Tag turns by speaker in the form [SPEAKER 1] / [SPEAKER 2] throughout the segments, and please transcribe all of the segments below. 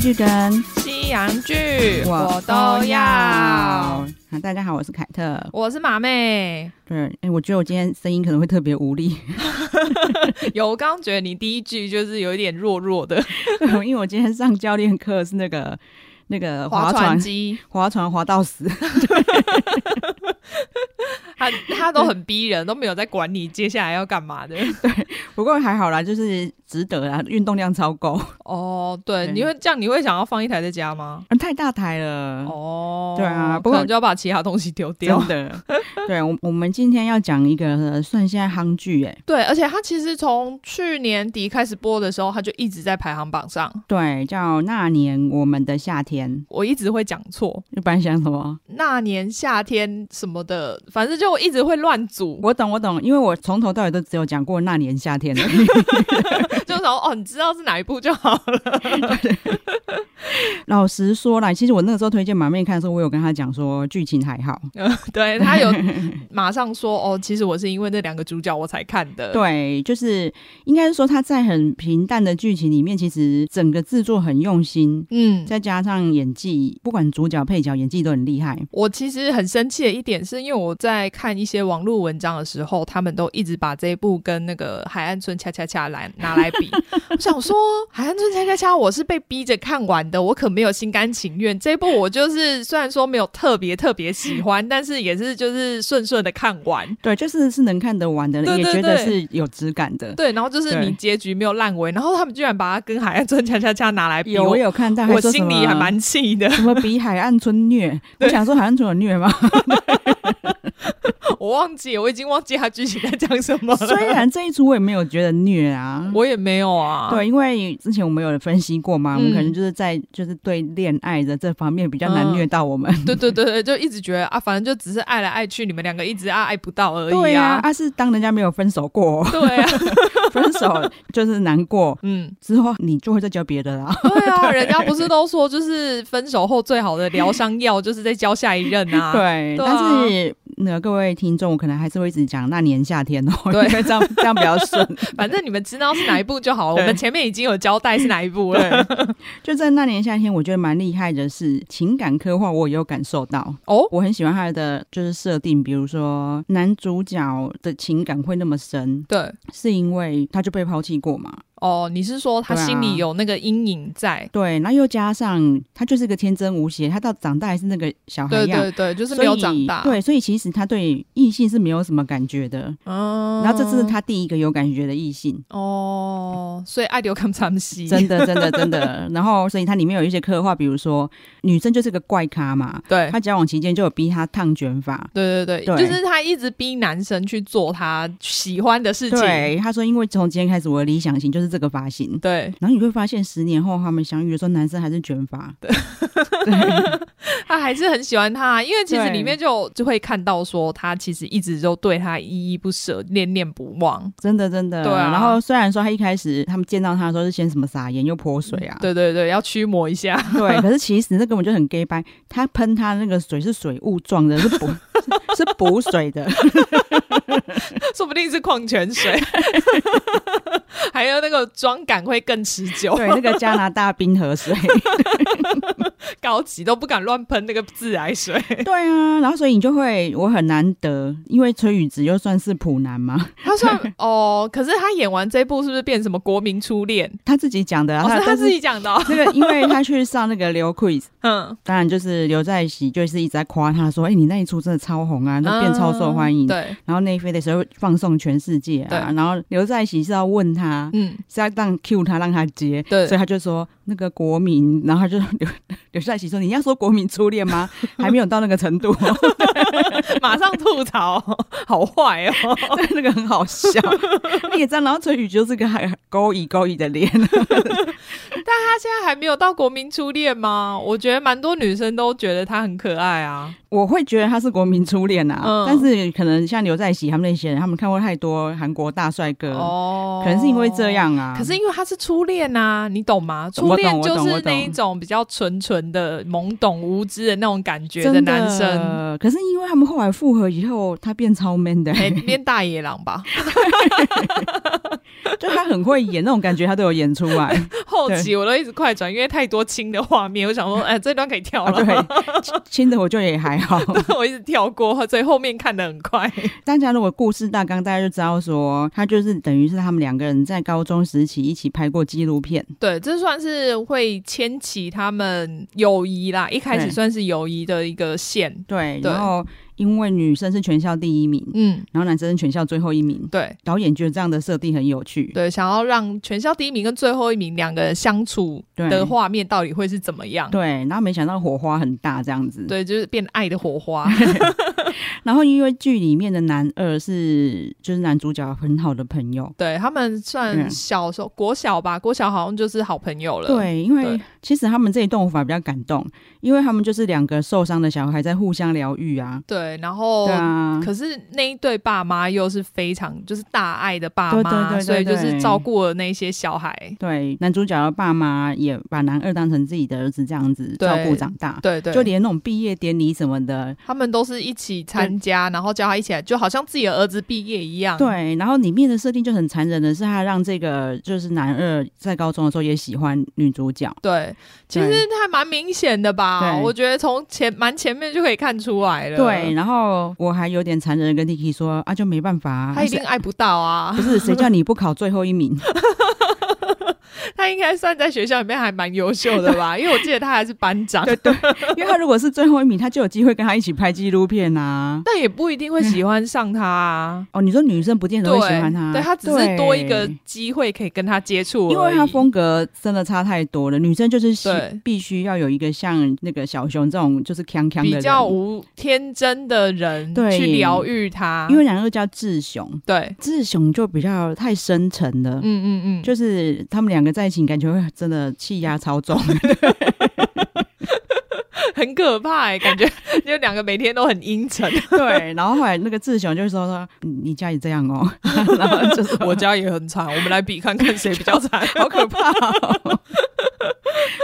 [SPEAKER 1] 剧跟
[SPEAKER 2] 西洋剧我都要。
[SPEAKER 1] 好，大家好，我是凯特。
[SPEAKER 2] 我是马妹，
[SPEAKER 1] 对，哎、我觉得我今天声音可能会特别无力，
[SPEAKER 2] 有我刚刚觉得你第一句就是有一点弱弱的
[SPEAKER 1] 因为我今天上教练课是那个那个
[SPEAKER 2] 划
[SPEAKER 1] 划
[SPEAKER 2] 船
[SPEAKER 1] 船，
[SPEAKER 2] 机，
[SPEAKER 1] 划船划到死。
[SPEAKER 2] 他他都很逼人，都没有在管你接下来要干嘛的。
[SPEAKER 1] 不过还好啦，就是值得啦，运动量超够，
[SPEAKER 2] 哦，对，
[SPEAKER 1] 对
[SPEAKER 2] 你会这样，你会想要放一台在家吗？
[SPEAKER 1] 太大台了。
[SPEAKER 2] 哦，
[SPEAKER 1] 对啊不
[SPEAKER 2] 不
[SPEAKER 1] 过
[SPEAKER 2] 可能就要把其他东西丢
[SPEAKER 1] 真
[SPEAKER 2] 掉。
[SPEAKER 1] 的，
[SPEAKER 2] 哦
[SPEAKER 1] 对我我们今天要讲一个呃算现在夯剧哎，
[SPEAKER 2] 对，而且他其实从去年底开始播的时候，他就一直在排行榜上。
[SPEAKER 1] 对，叫《那年我们的夏天
[SPEAKER 2] 我一直会讲错，》，
[SPEAKER 1] 一般想什么？
[SPEAKER 2] 那年夏天什么的，反正就我一直会乱组，
[SPEAKER 1] 我懂我懂，因为我从头到尾都只有讲过《那年夏天》而已。
[SPEAKER 2] 就想哦，你知道是哪一部就好了。
[SPEAKER 1] 老实说啦，其实我那个时候推荐马妹看的时候，我有跟她讲说剧情还好，
[SPEAKER 2] 对他有马上说哦，其实我是因为那两个主角我才看的。
[SPEAKER 1] 对，就是应该是说她在很平淡的剧情里面，其实整个制作很用心。
[SPEAKER 2] 嗯，
[SPEAKER 1] 再加上演技，不管主角配角演技都很厉害。
[SPEAKER 2] 我其实很生气的一点是，因为我在看一些网络文章的时候，他们都一直把这一部跟那个《海岸村恰恰恰》来拿来比。我想说，《海岸村恰恰恰》我是被逼着看完的，我可没有心甘情愿。这一部我就是虽然说没有特别特别喜欢，但是也是就是顺顺的看完。
[SPEAKER 1] 对，就是是能看得完的，
[SPEAKER 2] 对对
[SPEAKER 1] 也觉得
[SPEAKER 2] 对
[SPEAKER 1] 是有质感的。
[SPEAKER 2] 对，然后就是
[SPEAKER 1] 对
[SPEAKER 2] 你结局没有烂尾，然后他们居然把它跟《海岸村恰恰恰》拿来比，
[SPEAKER 1] 有我有看到，还
[SPEAKER 2] 我
[SPEAKER 1] 说什
[SPEAKER 2] 心里
[SPEAKER 1] 么啊
[SPEAKER 2] 还蛮气的。
[SPEAKER 1] 什么比海岸村 虐？我想说海岸村有虐吗？
[SPEAKER 2] 我忘记，我已经忘记他剧情在讲什么了。
[SPEAKER 1] 虽然这一组我也没有觉得虐啊。
[SPEAKER 2] 我也没有啊，
[SPEAKER 1] 对，因为之前我们有分析过嘛，我们
[SPEAKER 2] 嗯
[SPEAKER 1] 可能就是在就是对恋爱的这方面比较难
[SPEAKER 2] 嗯
[SPEAKER 1] 虐到 我们。
[SPEAKER 2] 对对对对，就一直觉得啊，反正就只是爱来爱去，你们两个一直啊爱不到而
[SPEAKER 1] 对
[SPEAKER 2] 已
[SPEAKER 1] 呀、啊，
[SPEAKER 2] 啊。，
[SPEAKER 1] 是当人家没有分手过
[SPEAKER 2] 对啊，
[SPEAKER 1] 分手就是难过
[SPEAKER 2] 嗯，
[SPEAKER 1] 之后，你就会再交别的啦。
[SPEAKER 2] 对啊，人家不是都说，就是分手后最好的疗伤药就是在交下一任啊。
[SPEAKER 1] 对，
[SPEAKER 2] 对啊
[SPEAKER 1] 但是那各位听众，我可能还是会一直讲那年夏天哦，
[SPEAKER 2] 对
[SPEAKER 1] 因为这样这样比较 顺。
[SPEAKER 2] 反正你们知道是哪一部就好了。
[SPEAKER 1] 对
[SPEAKER 2] 我们前面已经有交代是哪一部了。
[SPEAKER 1] 对，就在那年夏天，我觉得蛮厉害的是情感刻画，我也有感受到。
[SPEAKER 2] 哦，
[SPEAKER 1] 我很喜欢他的就是设定，比如说男主角的情感会那么深，
[SPEAKER 2] 对，
[SPEAKER 1] 是因为他就被抛弃过嘛？
[SPEAKER 2] 哦，你是说他
[SPEAKER 1] 对啊
[SPEAKER 2] 心里有那个阴影在？
[SPEAKER 1] 对，那又加上他就是个天真无邪，他到长大还是那个小孩
[SPEAKER 2] 对
[SPEAKER 1] 一样，
[SPEAKER 2] 对对，就是
[SPEAKER 1] 所
[SPEAKER 2] 没
[SPEAKER 1] 以
[SPEAKER 2] 有长大。，
[SPEAKER 1] 对，所以其实他对异性是没有什么感觉的。
[SPEAKER 2] 嗯，
[SPEAKER 1] 然后这次是他第一个有感觉的异性，
[SPEAKER 2] 哦，所以爱丢看长西，
[SPEAKER 1] 真的，真的，真的。然后，所以它里面有一些刻画，比如说女生就是个怪咖嘛，
[SPEAKER 2] 对
[SPEAKER 1] 她交往期间就有逼她烫卷发。
[SPEAKER 2] 对对对，
[SPEAKER 1] 对
[SPEAKER 2] 就是他一直逼男生去做他喜欢的事情。
[SPEAKER 1] 对，她说因为从今天开始我的理想型就是这个发型。
[SPEAKER 2] 对
[SPEAKER 1] 然后你会发现，十年后他们相遇的时候，男生还是卷发。对，
[SPEAKER 2] 他还是很喜欢他，啊因为其实
[SPEAKER 1] 对
[SPEAKER 2] 里面就有就会看到说，他其实一直都对他依依不舍、念念不忘。
[SPEAKER 1] 真的真的。
[SPEAKER 2] 对啊
[SPEAKER 1] 然后虽然说他一开始他们见到他的时候是先什么撒盐又泼水啊，
[SPEAKER 2] 对对对，要驱魔一下。
[SPEAKER 1] 对， 可是其实那根本就很 gay 掰，他喷他那个水是水雾状的，是补 是是补水 的，
[SPEAKER 2] 说不定是矿泉水， 还有那个妆感会更持久，
[SPEAKER 1] 对，那个加拿大冰河水，
[SPEAKER 2] 高级都不敢乱喷那个自来水。
[SPEAKER 1] 对啊，然后所以你就会我很难得，因为崔宇植又算是普男 嘛，
[SPEAKER 2] 他算哦，可是他演完这部是不是变什么国民初恋？
[SPEAKER 1] 他自己讲的、啊，
[SPEAKER 2] 哦，是他
[SPEAKER 1] 但
[SPEAKER 2] 自己讲的哦、
[SPEAKER 1] 那个，因为他去上那个刘 quiz，
[SPEAKER 2] 嗯，
[SPEAKER 1] 当然就是刘在熙就是一直在夸他说，哎、你那一出真的超红啊，那变超受欢迎，
[SPEAKER 2] 嗯对，
[SPEAKER 1] 然后内飞的时候放送全世界
[SPEAKER 2] 对
[SPEAKER 1] 啊，然后刘在熙是要问他，
[SPEAKER 2] 嗯，
[SPEAKER 1] 是要让 Q 他让他接，
[SPEAKER 2] 对
[SPEAKER 1] 所以他就说那个国民， 然后他就刘刘在熙说你要说国民初恋 吗？还没有到那个程度、哦，
[SPEAKER 2] 马上吐槽， 好坏哦。
[SPEAKER 1] 那个很好 笑，你也知道，然后陈宇就是个还勾引勾引的脸，
[SPEAKER 2] 他现在还没有到国民初恋吗？我觉得蛮多女生都觉得他很可爱啊。
[SPEAKER 1] 我会觉得他是国民初恋啊，
[SPEAKER 2] 嗯
[SPEAKER 1] 但是可能像刘在熙他们那些人，他们看过太多韩国大帅哥，
[SPEAKER 2] 哦
[SPEAKER 1] 嗯可能是因为这。样啊，
[SPEAKER 2] 可是因为他是初恋呐、啊，你懂吗？
[SPEAKER 1] 懂
[SPEAKER 2] 初
[SPEAKER 1] 我懂
[SPEAKER 2] 恋就
[SPEAKER 1] 我懂我
[SPEAKER 2] 是
[SPEAKER 1] 懂
[SPEAKER 2] 那一种比较纯纯的、懵懂无知的那种感觉
[SPEAKER 1] 真的
[SPEAKER 2] 男 生。
[SPEAKER 1] 可是因为他们后来复合以后，他变超 man 的、
[SPEAKER 2] 哎，练大野狼 吧，
[SPEAKER 1] 就他很会演那种感觉，他都有演出 来。
[SPEAKER 2] 后期我都一直快转，因为太多亲的画面，我想说，哎，这段可以跳
[SPEAKER 1] 啊、
[SPEAKER 2] 了。
[SPEAKER 1] 对， 亲亲的我就也还好。
[SPEAKER 2] 我一直跳过，所以后面看的很快。
[SPEAKER 1] 大家如果故事大纲，大家就知道说，他就是等于是他们两个人在高中时期一起拍过纪录片。
[SPEAKER 2] 对，这算是会牵起他们友谊啦，一开
[SPEAKER 1] 对
[SPEAKER 2] 始算是友谊的一个线。
[SPEAKER 1] 对，
[SPEAKER 2] 对
[SPEAKER 1] 然后因为女生是全校第一名，
[SPEAKER 2] 嗯，
[SPEAKER 1] 然后男生是全校最后一名，
[SPEAKER 2] 对
[SPEAKER 1] 导演觉得这样的设定很有趣。
[SPEAKER 2] 对，想要让全校第一名跟最后一名两个人相处
[SPEAKER 1] 对
[SPEAKER 2] 的画面到底会是怎么样？
[SPEAKER 1] 对，然后没想到火花很大这样子。，
[SPEAKER 2] 对，就是变爱的火 花。
[SPEAKER 1] 然后因为剧里面的男二是就是男主角很好的朋友。
[SPEAKER 2] 对他们算
[SPEAKER 1] 嗯
[SPEAKER 2] 小时候、国小吧，国小好像就是好朋友了。
[SPEAKER 1] 对，因为
[SPEAKER 2] 对
[SPEAKER 1] 其实他们这一段我反而比较感动，因为他们就是两个受伤的小孩在互相疗愈啊。
[SPEAKER 2] 对，然后、
[SPEAKER 1] 对啊，
[SPEAKER 2] 哦可是那一对爸妈又是非常就是大爱的爸
[SPEAKER 1] 对对
[SPEAKER 2] 妈，
[SPEAKER 1] 对对
[SPEAKER 2] 所以就
[SPEAKER 1] 对
[SPEAKER 2] 是照顾了那些小孩。
[SPEAKER 1] 对，男主角的爸妈也把男二当成自己的儿子这样子
[SPEAKER 2] 对
[SPEAKER 1] 照顾长大，
[SPEAKER 2] 对对，
[SPEAKER 1] 就连那种毕业典礼什么的，
[SPEAKER 2] 他们都是一起参加，然后叫他一起来，就好像自己的儿子毕业一样。
[SPEAKER 1] 对。然后里面的设定就很残忍的是，他让这个就是男二在高中的时候也喜欢女主角，
[SPEAKER 2] 对，其实
[SPEAKER 1] 对
[SPEAKER 2] 还蛮明显的吧？
[SPEAKER 1] 对
[SPEAKER 2] 我觉得从前蛮前面就可以看出来了。
[SPEAKER 1] 对。，然后我还有点残忍的跟 Tiki 说啊，就没办法、啊，
[SPEAKER 2] 他一定
[SPEAKER 1] 谁
[SPEAKER 2] 爱不到啊
[SPEAKER 1] 不！是谁叫你不考最后一名，
[SPEAKER 2] 他应该算在学校里面还蛮优秀的 吧？因为我记得他还是班长，
[SPEAKER 1] 因为他如果是最后一名，他就有机会跟他一起拍纪录片啊。
[SPEAKER 2] 但也不一定会喜欢上他 啊。
[SPEAKER 1] 哦，你说女生不见得
[SPEAKER 2] 对
[SPEAKER 1] 会喜欢他，
[SPEAKER 2] 对他只是多一个
[SPEAKER 1] 对
[SPEAKER 2] 机会可以跟他接触而已，
[SPEAKER 1] 因为他风格真的差太多了，女生就是喜
[SPEAKER 2] 对
[SPEAKER 1] 必须要有一个像那个小熊这种就是锵锵的人
[SPEAKER 2] 比较嗯无天真的人
[SPEAKER 1] 对
[SPEAKER 2] 去疗愈他，
[SPEAKER 1] 因为两个叫志雄，
[SPEAKER 2] 对，
[SPEAKER 1] 志雄就比较太深沉了。
[SPEAKER 2] 嗯嗯嗯，
[SPEAKER 1] 就是他们两个在一起，感觉会真的气压超 重。
[SPEAKER 2] 很可怕、欸， 感觉就两个每天都很阴沉。
[SPEAKER 1] 对，然后后来那个志雄就说说嗯你家也这样哦， 然后就是
[SPEAKER 2] 我家也很惨，我们来比看看谁比较 惨。
[SPEAKER 1] 好可怕、哦。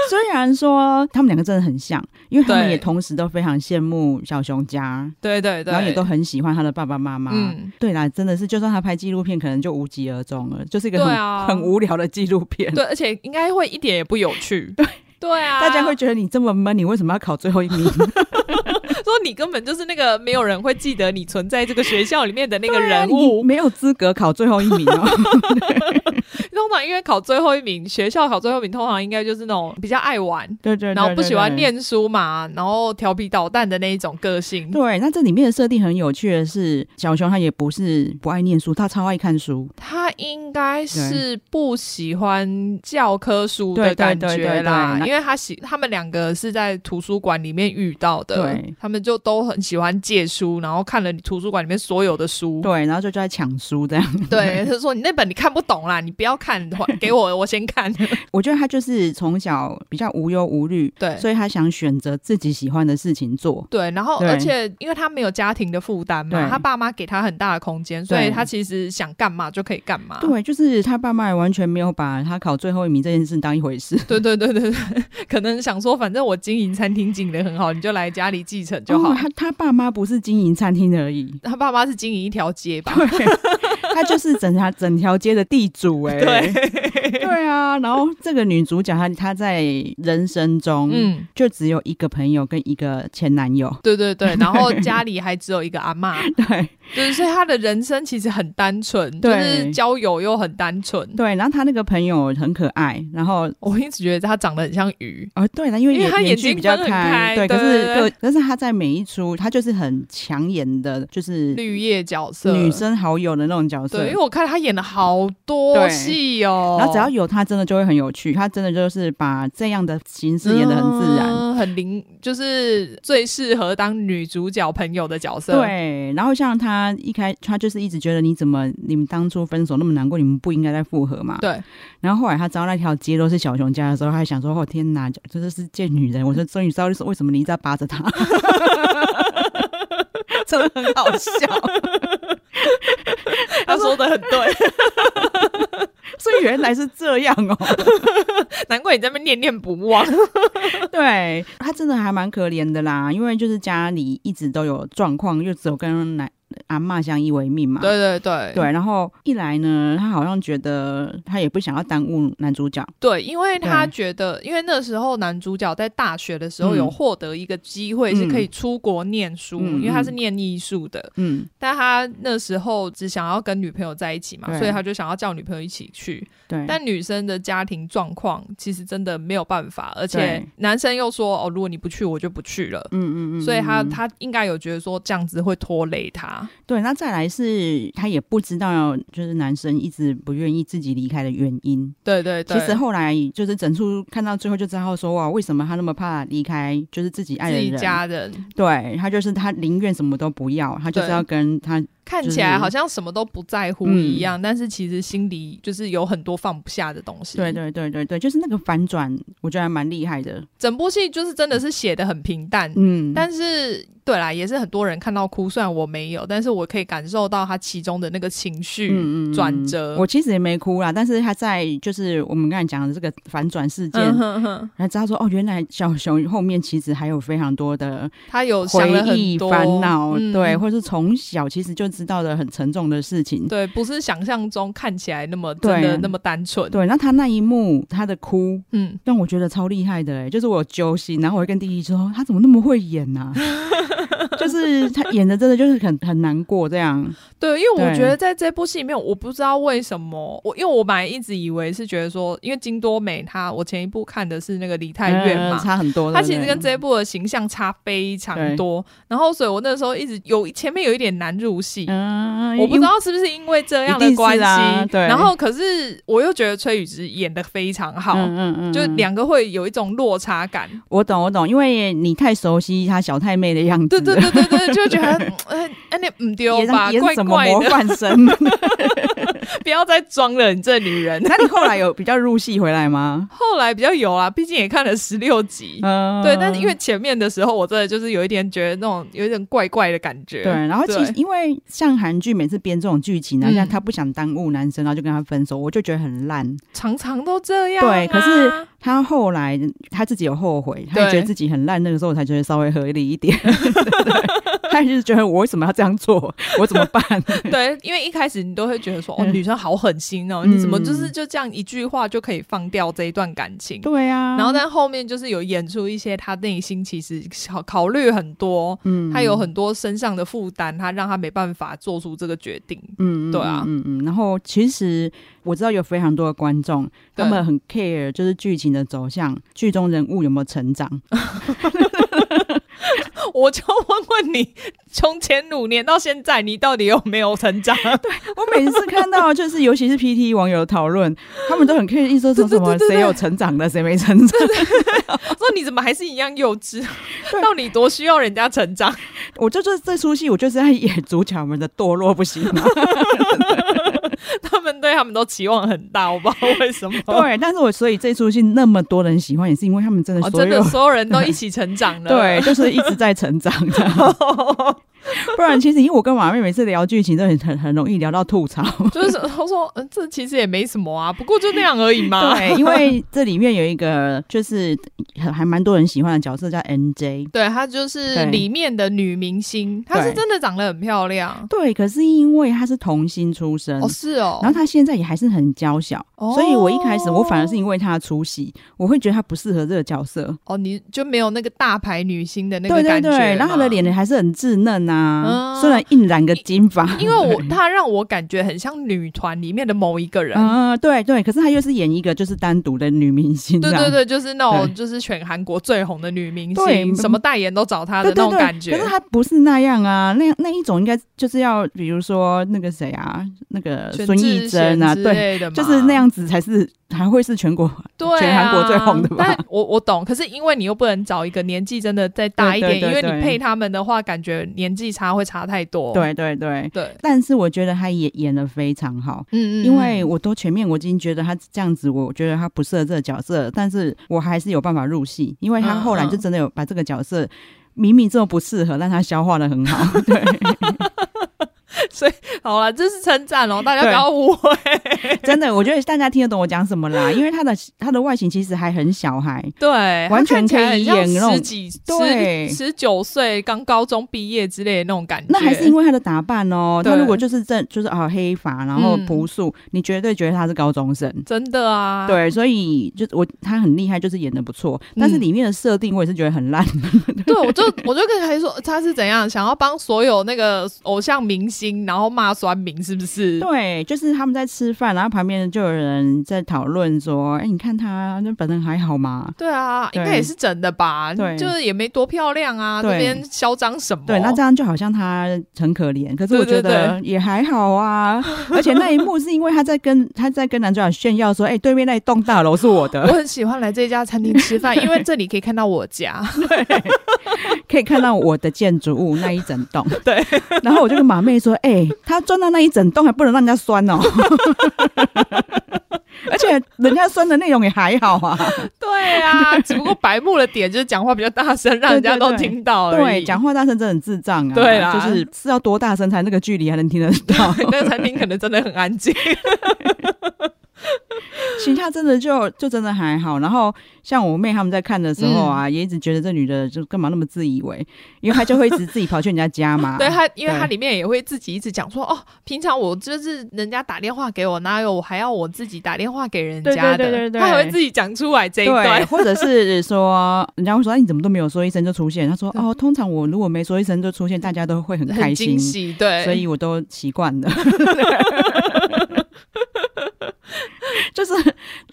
[SPEAKER 1] 虽然说他们两个真的很像，因为他们
[SPEAKER 2] 对
[SPEAKER 1] 也同时都非常羡慕小熊家，
[SPEAKER 2] 对对对，
[SPEAKER 1] 然后也都很喜欢他的爸爸妈妈。
[SPEAKER 2] 嗯，
[SPEAKER 1] 对啦，真的是，就算他拍纪录片，可能就无疾而终了，就是一个
[SPEAKER 2] 对
[SPEAKER 1] 很、
[SPEAKER 2] 啊，
[SPEAKER 1] 很无聊的纪录片。
[SPEAKER 2] 对，而且应该会一点也不有趣。对对啊，
[SPEAKER 1] 大家会觉得你这么闷，你为什么要考最后 一名？
[SPEAKER 2] 说你根本就是那个没有人会记得你存在这个学校里面的那个
[SPEAKER 1] 对啊
[SPEAKER 2] 人
[SPEAKER 1] 你
[SPEAKER 2] 物。
[SPEAKER 1] 没有资格考最后一名 哦。
[SPEAKER 2] 通常因为考最后一名，学校考最后一名，通常应该就是那种比较爱玩，
[SPEAKER 1] 对对对
[SPEAKER 2] 然后不喜欢。
[SPEAKER 1] 对对
[SPEAKER 2] 念书嘛，然后调皮捣蛋的那一种个性。
[SPEAKER 1] 对，那这里面的设定很有趣的是，小熊他也不是不爱念书，他超爱看书。
[SPEAKER 2] 他应该是不喜欢教科书
[SPEAKER 1] 对
[SPEAKER 2] 的感
[SPEAKER 1] 对对对
[SPEAKER 2] 觉
[SPEAKER 1] 对
[SPEAKER 2] 啦，
[SPEAKER 1] 那
[SPEAKER 2] 因为他喜他们两个是在图书馆里面遇到的
[SPEAKER 1] 对，
[SPEAKER 2] 他们就都很喜欢借书，然后看了图书馆里面所有的书。
[SPEAKER 1] 对，然后就在抢书这样。
[SPEAKER 2] 对，他说你那本你看不懂啦，你不要看，还 给我，我先看。
[SPEAKER 1] 我觉得他就是从小比较无忧无虑，
[SPEAKER 2] 对
[SPEAKER 1] 所以他想选择自己喜欢的事情做。
[SPEAKER 2] 对，然后
[SPEAKER 1] 对
[SPEAKER 2] 而且因为他没有家庭的负担嘛，
[SPEAKER 1] 对
[SPEAKER 2] 他爸妈给他很大的空间，所以
[SPEAKER 1] 对
[SPEAKER 2] 他其实想干嘛就可以干嘛。
[SPEAKER 1] 对，就是他爸妈也完全没有把他考最后一名这件事当一回事。
[SPEAKER 2] 对对对对对， 可能想说，反正我经营餐厅经营的很好，你就来家里继承就好。，
[SPEAKER 1] 哦、他他爸妈不是经营餐厅而已
[SPEAKER 2] 他爸妈是经营一条街吧？
[SPEAKER 1] 啊他就是整条整条街的地主哎、
[SPEAKER 2] 对，
[SPEAKER 1] 对啊，然后这个女主角她她在人生中，嗯，
[SPEAKER 2] 嗯，
[SPEAKER 1] 就只有一个朋友跟一个前男友。
[SPEAKER 2] 对 对对。然后家里还只有一个阿嬷，
[SPEAKER 1] 对
[SPEAKER 2] 就是所以他的人生其实很单纯，就是
[SPEAKER 1] 对
[SPEAKER 2] 交友又很单纯。
[SPEAKER 1] 对，然后她那个朋友很可爱，然后。
[SPEAKER 2] 我一直觉得他长得很像鱼，
[SPEAKER 1] 哦，对了，因为
[SPEAKER 2] 因为她
[SPEAKER 1] 眼
[SPEAKER 2] 眼
[SPEAKER 1] 距
[SPEAKER 2] 睛
[SPEAKER 1] 比较
[SPEAKER 2] 分很开
[SPEAKER 1] 对，
[SPEAKER 2] 对
[SPEAKER 1] 可是
[SPEAKER 2] 对
[SPEAKER 1] 个，但是她在每一出，她就是很抢眼的，就是
[SPEAKER 2] 绿叶角色，
[SPEAKER 1] 女。生好友的那种角色
[SPEAKER 2] 对，。因为我看他演了好多
[SPEAKER 1] 对
[SPEAKER 2] 戏哦，
[SPEAKER 1] 然后只要有她，真的就会很有趣。她真的就是把这样的形式演的很自然。
[SPEAKER 2] 嗯很灵，就是最适合当女主角朋友的角色。，
[SPEAKER 1] 对，啊然后像她一开，她就是一直觉得你怎么你们当初分手那么难过，你们不应该再复合嘛？
[SPEAKER 2] 对，
[SPEAKER 1] 然后后来他知道那条街都是小熊家的时候，他还想说：“哦天哪，这这是贱女人！”我说：“终于知道就是为什么你一直在扒着她， 真的很好笑。
[SPEAKER 2] 他 说的很对，”
[SPEAKER 1] 所以原来是这样哦。
[SPEAKER 2] 难怪怪你在那边念念不忘。
[SPEAKER 1] 对他真的还蛮可怜的啦，因为就是家里一直都有状况，就只有跟奶阿嬷相依为命嘛。
[SPEAKER 2] 对对对
[SPEAKER 1] 对，然后一来呢，他好像觉得他也不想要耽误男主角，
[SPEAKER 2] 对，因为他
[SPEAKER 1] 对
[SPEAKER 2] 觉得，因为那时候男主角在大学的时候
[SPEAKER 1] 嗯
[SPEAKER 2] 有获得一个机会，是可以出国念书，
[SPEAKER 1] 嗯
[SPEAKER 2] 因为他是念艺术的，
[SPEAKER 1] 嗯，
[SPEAKER 2] 但他那时候只想要跟女朋友在一起嘛，
[SPEAKER 1] 对
[SPEAKER 2] 所以他就想要叫女朋友一起去。
[SPEAKER 1] 对，
[SPEAKER 2] 但女生的家庭状况其实真的没有办法，而且
[SPEAKER 1] 对
[SPEAKER 2] 男生又说哦，如果你不去，我就不去了。
[SPEAKER 1] 嗯嗯嗯，
[SPEAKER 2] 所以他
[SPEAKER 1] 嗯
[SPEAKER 2] 他应该有觉得说这样子会拖累他，
[SPEAKER 1] 对，那再来是他也不知道，就是男生一直不愿意自己离开的原因。
[SPEAKER 2] 对对
[SPEAKER 1] 其
[SPEAKER 2] 对，
[SPEAKER 1] 实后来就是整出看到最后就知道说哇，为什么他那么怕离开，就是自己爱
[SPEAKER 2] 自
[SPEAKER 1] 的
[SPEAKER 2] 己
[SPEAKER 1] 人。
[SPEAKER 2] 家人
[SPEAKER 1] 对他就是他宁愿什么都不要，他就是
[SPEAKER 2] 对
[SPEAKER 1] 要跟他
[SPEAKER 2] 看
[SPEAKER 1] 就是嗯
[SPEAKER 2] 起来好像什么都不在乎一样，但是其实心里就是有很多放不下的东西。
[SPEAKER 1] 对，对对对对，就是那个反转，我觉得还蛮厉害的。
[SPEAKER 2] 整部戏就是真的是写的很平淡，
[SPEAKER 1] 嗯，
[SPEAKER 2] 但是对啦，也是很多人看到哭，虽然我没有，但是我可以感受到他其中的那个情绪。
[SPEAKER 1] 嗯
[SPEAKER 2] 转折
[SPEAKER 1] 我其实也没哭啦，但是他在就是我们刚才讲的这个反转事件，
[SPEAKER 2] 嗯哼哼，
[SPEAKER 1] 才知道说哦，原来小熊后面其实还有非常多的
[SPEAKER 2] 他有想了
[SPEAKER 1] 回
[SPEAKER 2] 很
[SPEAKER 1] 忆、
[SPEAKER 2] 多
[SPEAKER 1] 烦恼，
[SPEAKER 2] 嗯
[SPEAKER 1] 对，或是从小其实就知道的很沉重的事情。
[SPEAKER 2] 对，不是想象中看起来那么真的
[SPEAKER 1] 对
[SPEAKER 2] 那么单纯。
[SPEAKER 1] 对，那他那一幕他的哭
[SPEAKER 2] 嗯，
[SPEAKER 1] 让我觉得超厉害的、欸，就是我有揪心，然后我会跟弟弟说他怎么那么会演 呐、就是他演的真的就是很很难过这样。
[SPEAKER 2] 对，因为我
[SPEAKER 1] 对
[SPEAKER 2] 觉得在这部戏里面，我不知道为什么，我因为我本来一直以为是觉得说，因为金多美她，我前一部看的是那个《梨泰院》
[SPEAKER 1] 呃
[SPEAKER 2] 嘛，
[SPEAKER 1] 差很多。
[SPEAKER 2] 他
[SPEAKER 1] 对
[SPEAKER 2] 其
[SPEAKER 1] 不对
[SPEAKER 2] 实跟这一部的形象差非常
[SPEAKER 1] 对
[SPEAKER 2] 多，然后所以我那时候一直有前面有一点难入戏。
[SPEAKER 1] 嗯，
[SPEAKER 2] 我不
[SPEAKER 1] 因
[SPEAKER 2] 知
[SPEAKER 1] 为
[SPEAKER 2] 道是不是因为这样
[SPEAKER 1] 一
[SPEAKER 2] 的
[SPEAKER 1] 定是
[SPEAKER 2] 关系，
[SPEAKER 1] 啊对
[SPEAKER 2] 然后可是我又觉得崔宇植演的非常好，
[SPEAKER 1] 嗯嗯嗯，
[SPEAKER 2] 就
[SPEAKER 1] 嗯，
[SPEAKER 2] 两个会有一种落差感。
[SPEAKER 1] 我懂我懂，因为你太熟悉他小太妹的样子
[SPEAKER 2] 对
[SPEAKER 1] 了，
[SPEAKER 2] 对对对对，就 觉得哎哎你唔丢
[SPEAKER 1] 演
[SPEAKER 2] 吧，
[SPEAKER 1] 演
[SPEAKER 2] 怪
[SPEAKER 1] 什么
[SPEAKER 2] 怪
[SPEAKER 1] 模
[SPEAKER 2] 的，
[SPEAKER 1] 范生？
[SPEAKER 2] 不要再装了，你这女 人。
[SPEAKER 1] 那你后来有比较入戏回来 吗？
[SPEAKER 2] 后来比较有啦，毕竟也看了十六集。
[SPEAKER 1] 嗯，
[SPEAKER 2] 对，但是因为前面的时候，我真的就是有一点觉得那种有一点怪怪的感觉。
[SPEAKER 1] 对，然后其
[SPEAKER 2] 对
[SPEAKER 1] 实因为像韩剧每次编这种剧情啊，
[SPEAKER 2] 嗯
[SPEAKER 1] 像他不想耽误男生，然后就跟他分手，我就觉得很烂。
[SPEAKER 2] 常常都这样啊、
[SPEAKER 1] 对可 是他后来他自己有后悔，他也觉得自己很烂，那个时候我才觉得稍微合理一点。 对对他就是觉得我为什么要这样做，我怎么办？
[SPEAKER 2] 对，因为一开始你都会觉得说，哦，
[SPEAKER 1] 嗯
[SPEAKER 2] 女生好狠心哦，
[SPEAKER 1] 嗯
[SPEAKER 2] 你怎么就是就这样一句话就可以放掉这一段感情？
[SPEAKER 1] 对啊，
[SPEAKER 2] 然后，但后面就是有演出一些她内心其实考考虑很多，
[SPEAKER 1] 嗯
[SPEAKER 2] 她有很多身上的负担，她让她没办法做出这个决定。
[SPEAKER 1] 嗯，嗯
[SPEAKER 2] 对啊
[SPEAKER 1] 嗯嗯嗯。然后其实我知道有非常多的观众，他们
[SPEAKER 2] 对
[SPEAKER 1] 很 care 就是剧情的走向，剧中人物有没有成长。
[SPEAKER 2] 我就问问你，从前五年到现在，你到底有没有成长？
[SPEAKER 1] 我每次看到就是尤其是 PT 网友的讨论，他们都很 care 一说说什么
[SPEAKER 2] 对对对对对
[SPEAKER 1] 谁有成长的，谁没成长。
[SPEAKER 2] 说你怎么还是一样幼稚？到底多需要人家成长？
[SPEAKER 1] 我就这这出戏，我就是在演主角们的堕落，不行 吗？
[SPEAKER 2] 他们对他们都期望很大，我不知道为什么。
[SPEAKER 1] 对，但是我所以这出戏那么多人喜欢，也是因为他们真的
[SPEAKER 2] 哦，
[SPEAKER 1] 所
[SPEAKER 2] 真
[SPEAKER 1] 有、
[SPEAKER 2] 的所有人都一起成长了。
[SPEAKER 1] 对，就是一直在成长这 样不然其实因为我跟马妹每次聊剧情都很很很容易聊到吐 槽。
[SPEAKER 2] 就是他说，嗯，这其实也没什么啊，不过就那样而已嘛。
[SPEAKER 1] 对，因为这里面有一个就是还还蛮多人喜欢的角色叫 NJ。
[SPEAKER 2] 对，她就是
[SPEAKER 1] 对
[SPEAKER 2] 里面的女明星，她是
[SPEAKER 1] 对
[SPEAKER 2] 真的长得很漂亮。
[SPEAKER 1] 对，可是因为他是童星出身，
[SPEAKER 2] 哦，是哦。
[SPEAKER 1] 嗯然后他现在也还是很娇小，
[SPEAKER 2] 哦
[SPEAKER 1] 所以我一开始我反而是因为他出戏，我会觉得他不适合这个角色。
[SPEAKER 2] 哦，你就没有那个大牌女星的那
[SPEAKER 1] 对
[SPEAKER 2] 个
[SPEAKER 1] 对
[SPEAKER 2] 感觉。
[SPEAKER 1] 对，然后他的。脸还是很稚嫩啊，
[SPEAKER 2] 嗯
[SPEAKER 1] 虽然硬染个金发，
[SPEAKER 2] 因为我她让我感觉很像女团里面的某一个人，
[SPEAKER 1] 嗯、对对，可是他又是演一个就是单独的女明星，
[SPEAKER 2] 对
[SPEAKER 1] 这
[SPEAKER 2] 对
[SPEAKER 1] 样
[SPEAKER 2] 对，就是那
[SPEAKER 1] 对
[SPEAKER 2] 种就是全韩国最红的女明星，
[SPEAKER 1] 对
[SPEAKER 2] 什么代言都找她的
[SPEAKER 1] 对对
[SPEAKER 2] 那种
[SPEAKER 1] 对
[SPEAKER 2] 感觉。
[SPEAKER 1] 可是他不是那样啊，那那一种应该就是要比如说那个谁啊，那个
[SPEAKER 2] 全
[SPEAKER 1] 孙艺
[SPEAKER 2] 智贤
[SPEAKER 1] 珍啊，
[SPEAKER 2] 之
[SPEAKER 1] 对。
[SPEAKER 2] 类的嘛，
[SPEAKER 1] 就是那样子才是还会是全国
[SPEAKER 2] 对、啊，
[SPEAKER 1] 全韩国最红的吧
[SPEAKER 2] 但我我懂，可是因为你又不能找一个年纪真的再大一点，
[SPEAKER 1] 对对对
[SPEAKER 2] 因为
[SPEAKER 1] 对
[SPEAKER 2] 你配他们的话，感觉年纪差会差太多。
[SPEAKER 1] 对对对，
[SPEAKER 2] 对，
[SPEAKER 1] 但是我觉得他也演的非常好，
[SPEAKER 2] 嗯嗯，
[SPEAKER 1] 因为
[SPEAKER 2] 嗯
[SPEAKER 1] 我都前面我已经觉得他这样子，我觉得他不适合这个角色，但是我还是有办法入戏，因为他
[SPEAKER 2] 嗯
[SPEAKER 1] 后来就真的有把这 个角色。明明这么不适合，但他消化的很好。对，
[SPEAKER 2] 所以好了，这是称赞哦，大家不要误会。
[SPEAKER 1] 真的，我觉得大家听得懂我讲什么啦，因为它的它的外形其实还很小孩，
[SPEAKER 2] 对，
[SPEAKER 1] 完全可以
[SPEAKER 2] 他看起来很
[SPEAKER 1] 演那
[SPEAKER 2] 像
[SPEAKER 1] 种
[SPEAKER 2] 十几、
[SPEAKER 1] 对
[SPEAKER 2] 十十九岁刚高中毕业之类的那种感觉。
[SPEAKER 1] 那还是因为他的打扮哦。
[SPEAKER 2] 对
[SPEAKER 1] 他如果就是正就是啊黑发，然后
[SPEAKER 2] 嗯
[SPEAKER 1] 朴素，你绝对觉得他是高中生。
[SPEAKER 2] 真的啊，，
[SPEAKER 1] 对，所以就我他很厉害，就是演的不错，但是
[SPEAKER 2] 嗯
[SPEAKER 1] 里面的设定我也是觉得很烂。
[SPEAKER 2] 对，我就我就跟他说呃他是怎样想要帮所有那个偶像明星，然后骂酸民，是不是？
[SPEAKER 1] 对，就是他们在吃饭，然后旁边就有人在讨论说：“哎、你看他那本人还好吗
[SPEAKER 2] 对啊，
[SPEAKER 1] 对
[SPEAKER 2] 应该也是真的吧？
[SPEAKER 1] 对
[SPEAKER 2] 就是也没多漂亮啊，
[SPEAKER 1] 对
[SPEAKER 2] 这边嚣张什么？”？
[SPEAKER 1] 对，那这样就好像他很可怜，可是
[SPEAKER 2] 对
[SPEAKER 1] 我觉
[SPEAKER 2] 哦对
[SPEAKER 1] 得也还好啊。而且那一幕是因为他在跟他在跟男主角炫耀说：“哎、对面那一栋大楼是我
[SPEAKER 2] 我
[SPEAKER 1] 的，
[SPEAKER 2] 很喜欢来这家餐厅吃 饭，因为这里可以看到我家。
[SPEAKER 1] 可以看到我的建筑物那一整栋。”
[SPEAKER 2] 对。
[SPEAKER 1] 然后我就跟马妹说：“哎、他钻到那一整栋还不能让人家酸哦。” 而且人家酸的内容也还好啊，
[SPEAKER 2] 对啊，只不过白目的点就是讲话比较大声，让人家都听到而已
[SPEAKER 1] 对，讲话大声真的很智障啊！
[SPEAKER 2] 对啦
[SPEAKER 1] 就是是要多大声才那个距离还能听得 到？
[SPEAKER 2] 那个餐厅可能真的很安静。
[SPEAKER 1] 其他真的就就真的还好。然后像我妹他们在看的时候啊，
[SPEAKER 2] 嗯
[SPEAKER 1] 也一直觉得这女的就干嘛那么自以为，因为她就会一直自己跑去人家家嘛。
[SPEAKER 2] 对他，因为他
[SPEAKER 1] 啊对
[SPEAKER 2] 里面也会自己一直讲说，哦，平常我就是人家打电话给我，哪有我还要我自己打电话给人家的？
[SPEAKER 1] 对对对对对
[SPEAKER 2] 他还会自己讲出来这一
[SPEAKER 1] 对，
[SPEAKER 2] 段。
[SPEAKER 1] 或者是说，人家会说，哎，你怎么都没有说一声就出现？她说，
[SPEAKER 2] 对
[SPEAKER 1] 哦，通常我如果没说一声就出现，大家都会很开
[SPEAKER 2] 很
[SPEAKER 1] 心
[SPEAKER 2] 惊，喜，对，
[SPEAKER 1] 所以我都习惯 了。 就是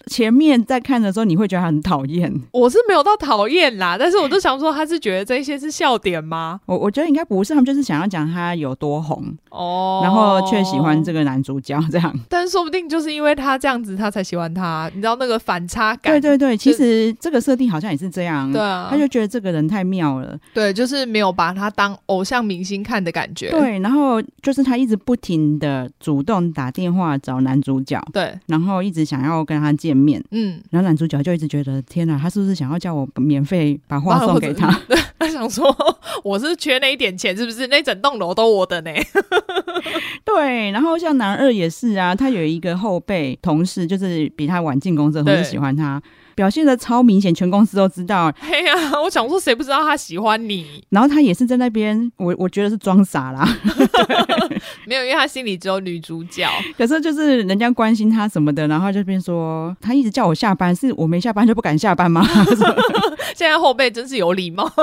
[SPEAKER 1] 前面在看的时候，你会觉得她很讨厌，
[SPEAKER 2] 我是没有到讨厌啦，但是我就想说，他是觉得这些是笑点吗？
[SPEAKER 1] 我我觉得应该不是，他们就是想要讲他有多红，
[SPEAKER 2] 哦，
[SPEAKER 1] 然后却喜欢这
[SPEAKER 2] 个，
[SPEAKER 1] 个男主角这样。
[SPEAKER 2] 但说不定就是因为他这样子，他才喜欢他，你知道那个反差感？
[SPEAKER 1] 对对对，其
[SPEAKER 2] 就
[SPEAKER 1] 实这个设定好像也是这样。
[SPEAKER 2] 对啊，
[SPEAKER 1] 他就觉得这个人太妙了，
[SPEAKER 2] 对，就是没有把他当偶像明星看的感觉。
[SPEAKER 1] 对，然后就是他一直不停的主动打电话找男主角，
[SPEAKER 2] 对，
[SPEAKER 1] 然后一直想要跟他见面，
[SPEAKER 2] 嗯，
[SPEAKER 1] 然后男主角就一直觉得天哪，他是不是想要叫我免费把
[SPEAKER 2] 然
[SPEAKER 1] 话
[SPEAKER 2] 后
[SPEAKER 1] 送
[SPEAKER 2] 或
[SPEAKER 1] 给
[SPEAKER 2] 者
[SPEAKER 1] 他？
[SPEAKER 2] 他想说 我是缺那一点钱，是不是？那整栋楼都我的呢？
[SPEAKER 1] 对，然后像男二也是啊，他有一个后辈同事，就是比他晚进公司的同事
[SPEAKER 2] 对
[SPEAKER 1] 喜欢他，表现的超明显，全公司都知道，
[SPEAKER 2] 哎呀， 我想说谁不知道他喜欢你？
[SPEAKER 1] 然后他也是在那边，我我觉得是装傻啦，
[SPEAKER 2] 没有，因为他心里只有女主角。
[SPEAKER 1] 可是就是人家关心他什么的，然后就边说他一直叫我下班，是我没下班就不敢下班吗？
[SPEAKER 2] 现在后辈真是有礼貌。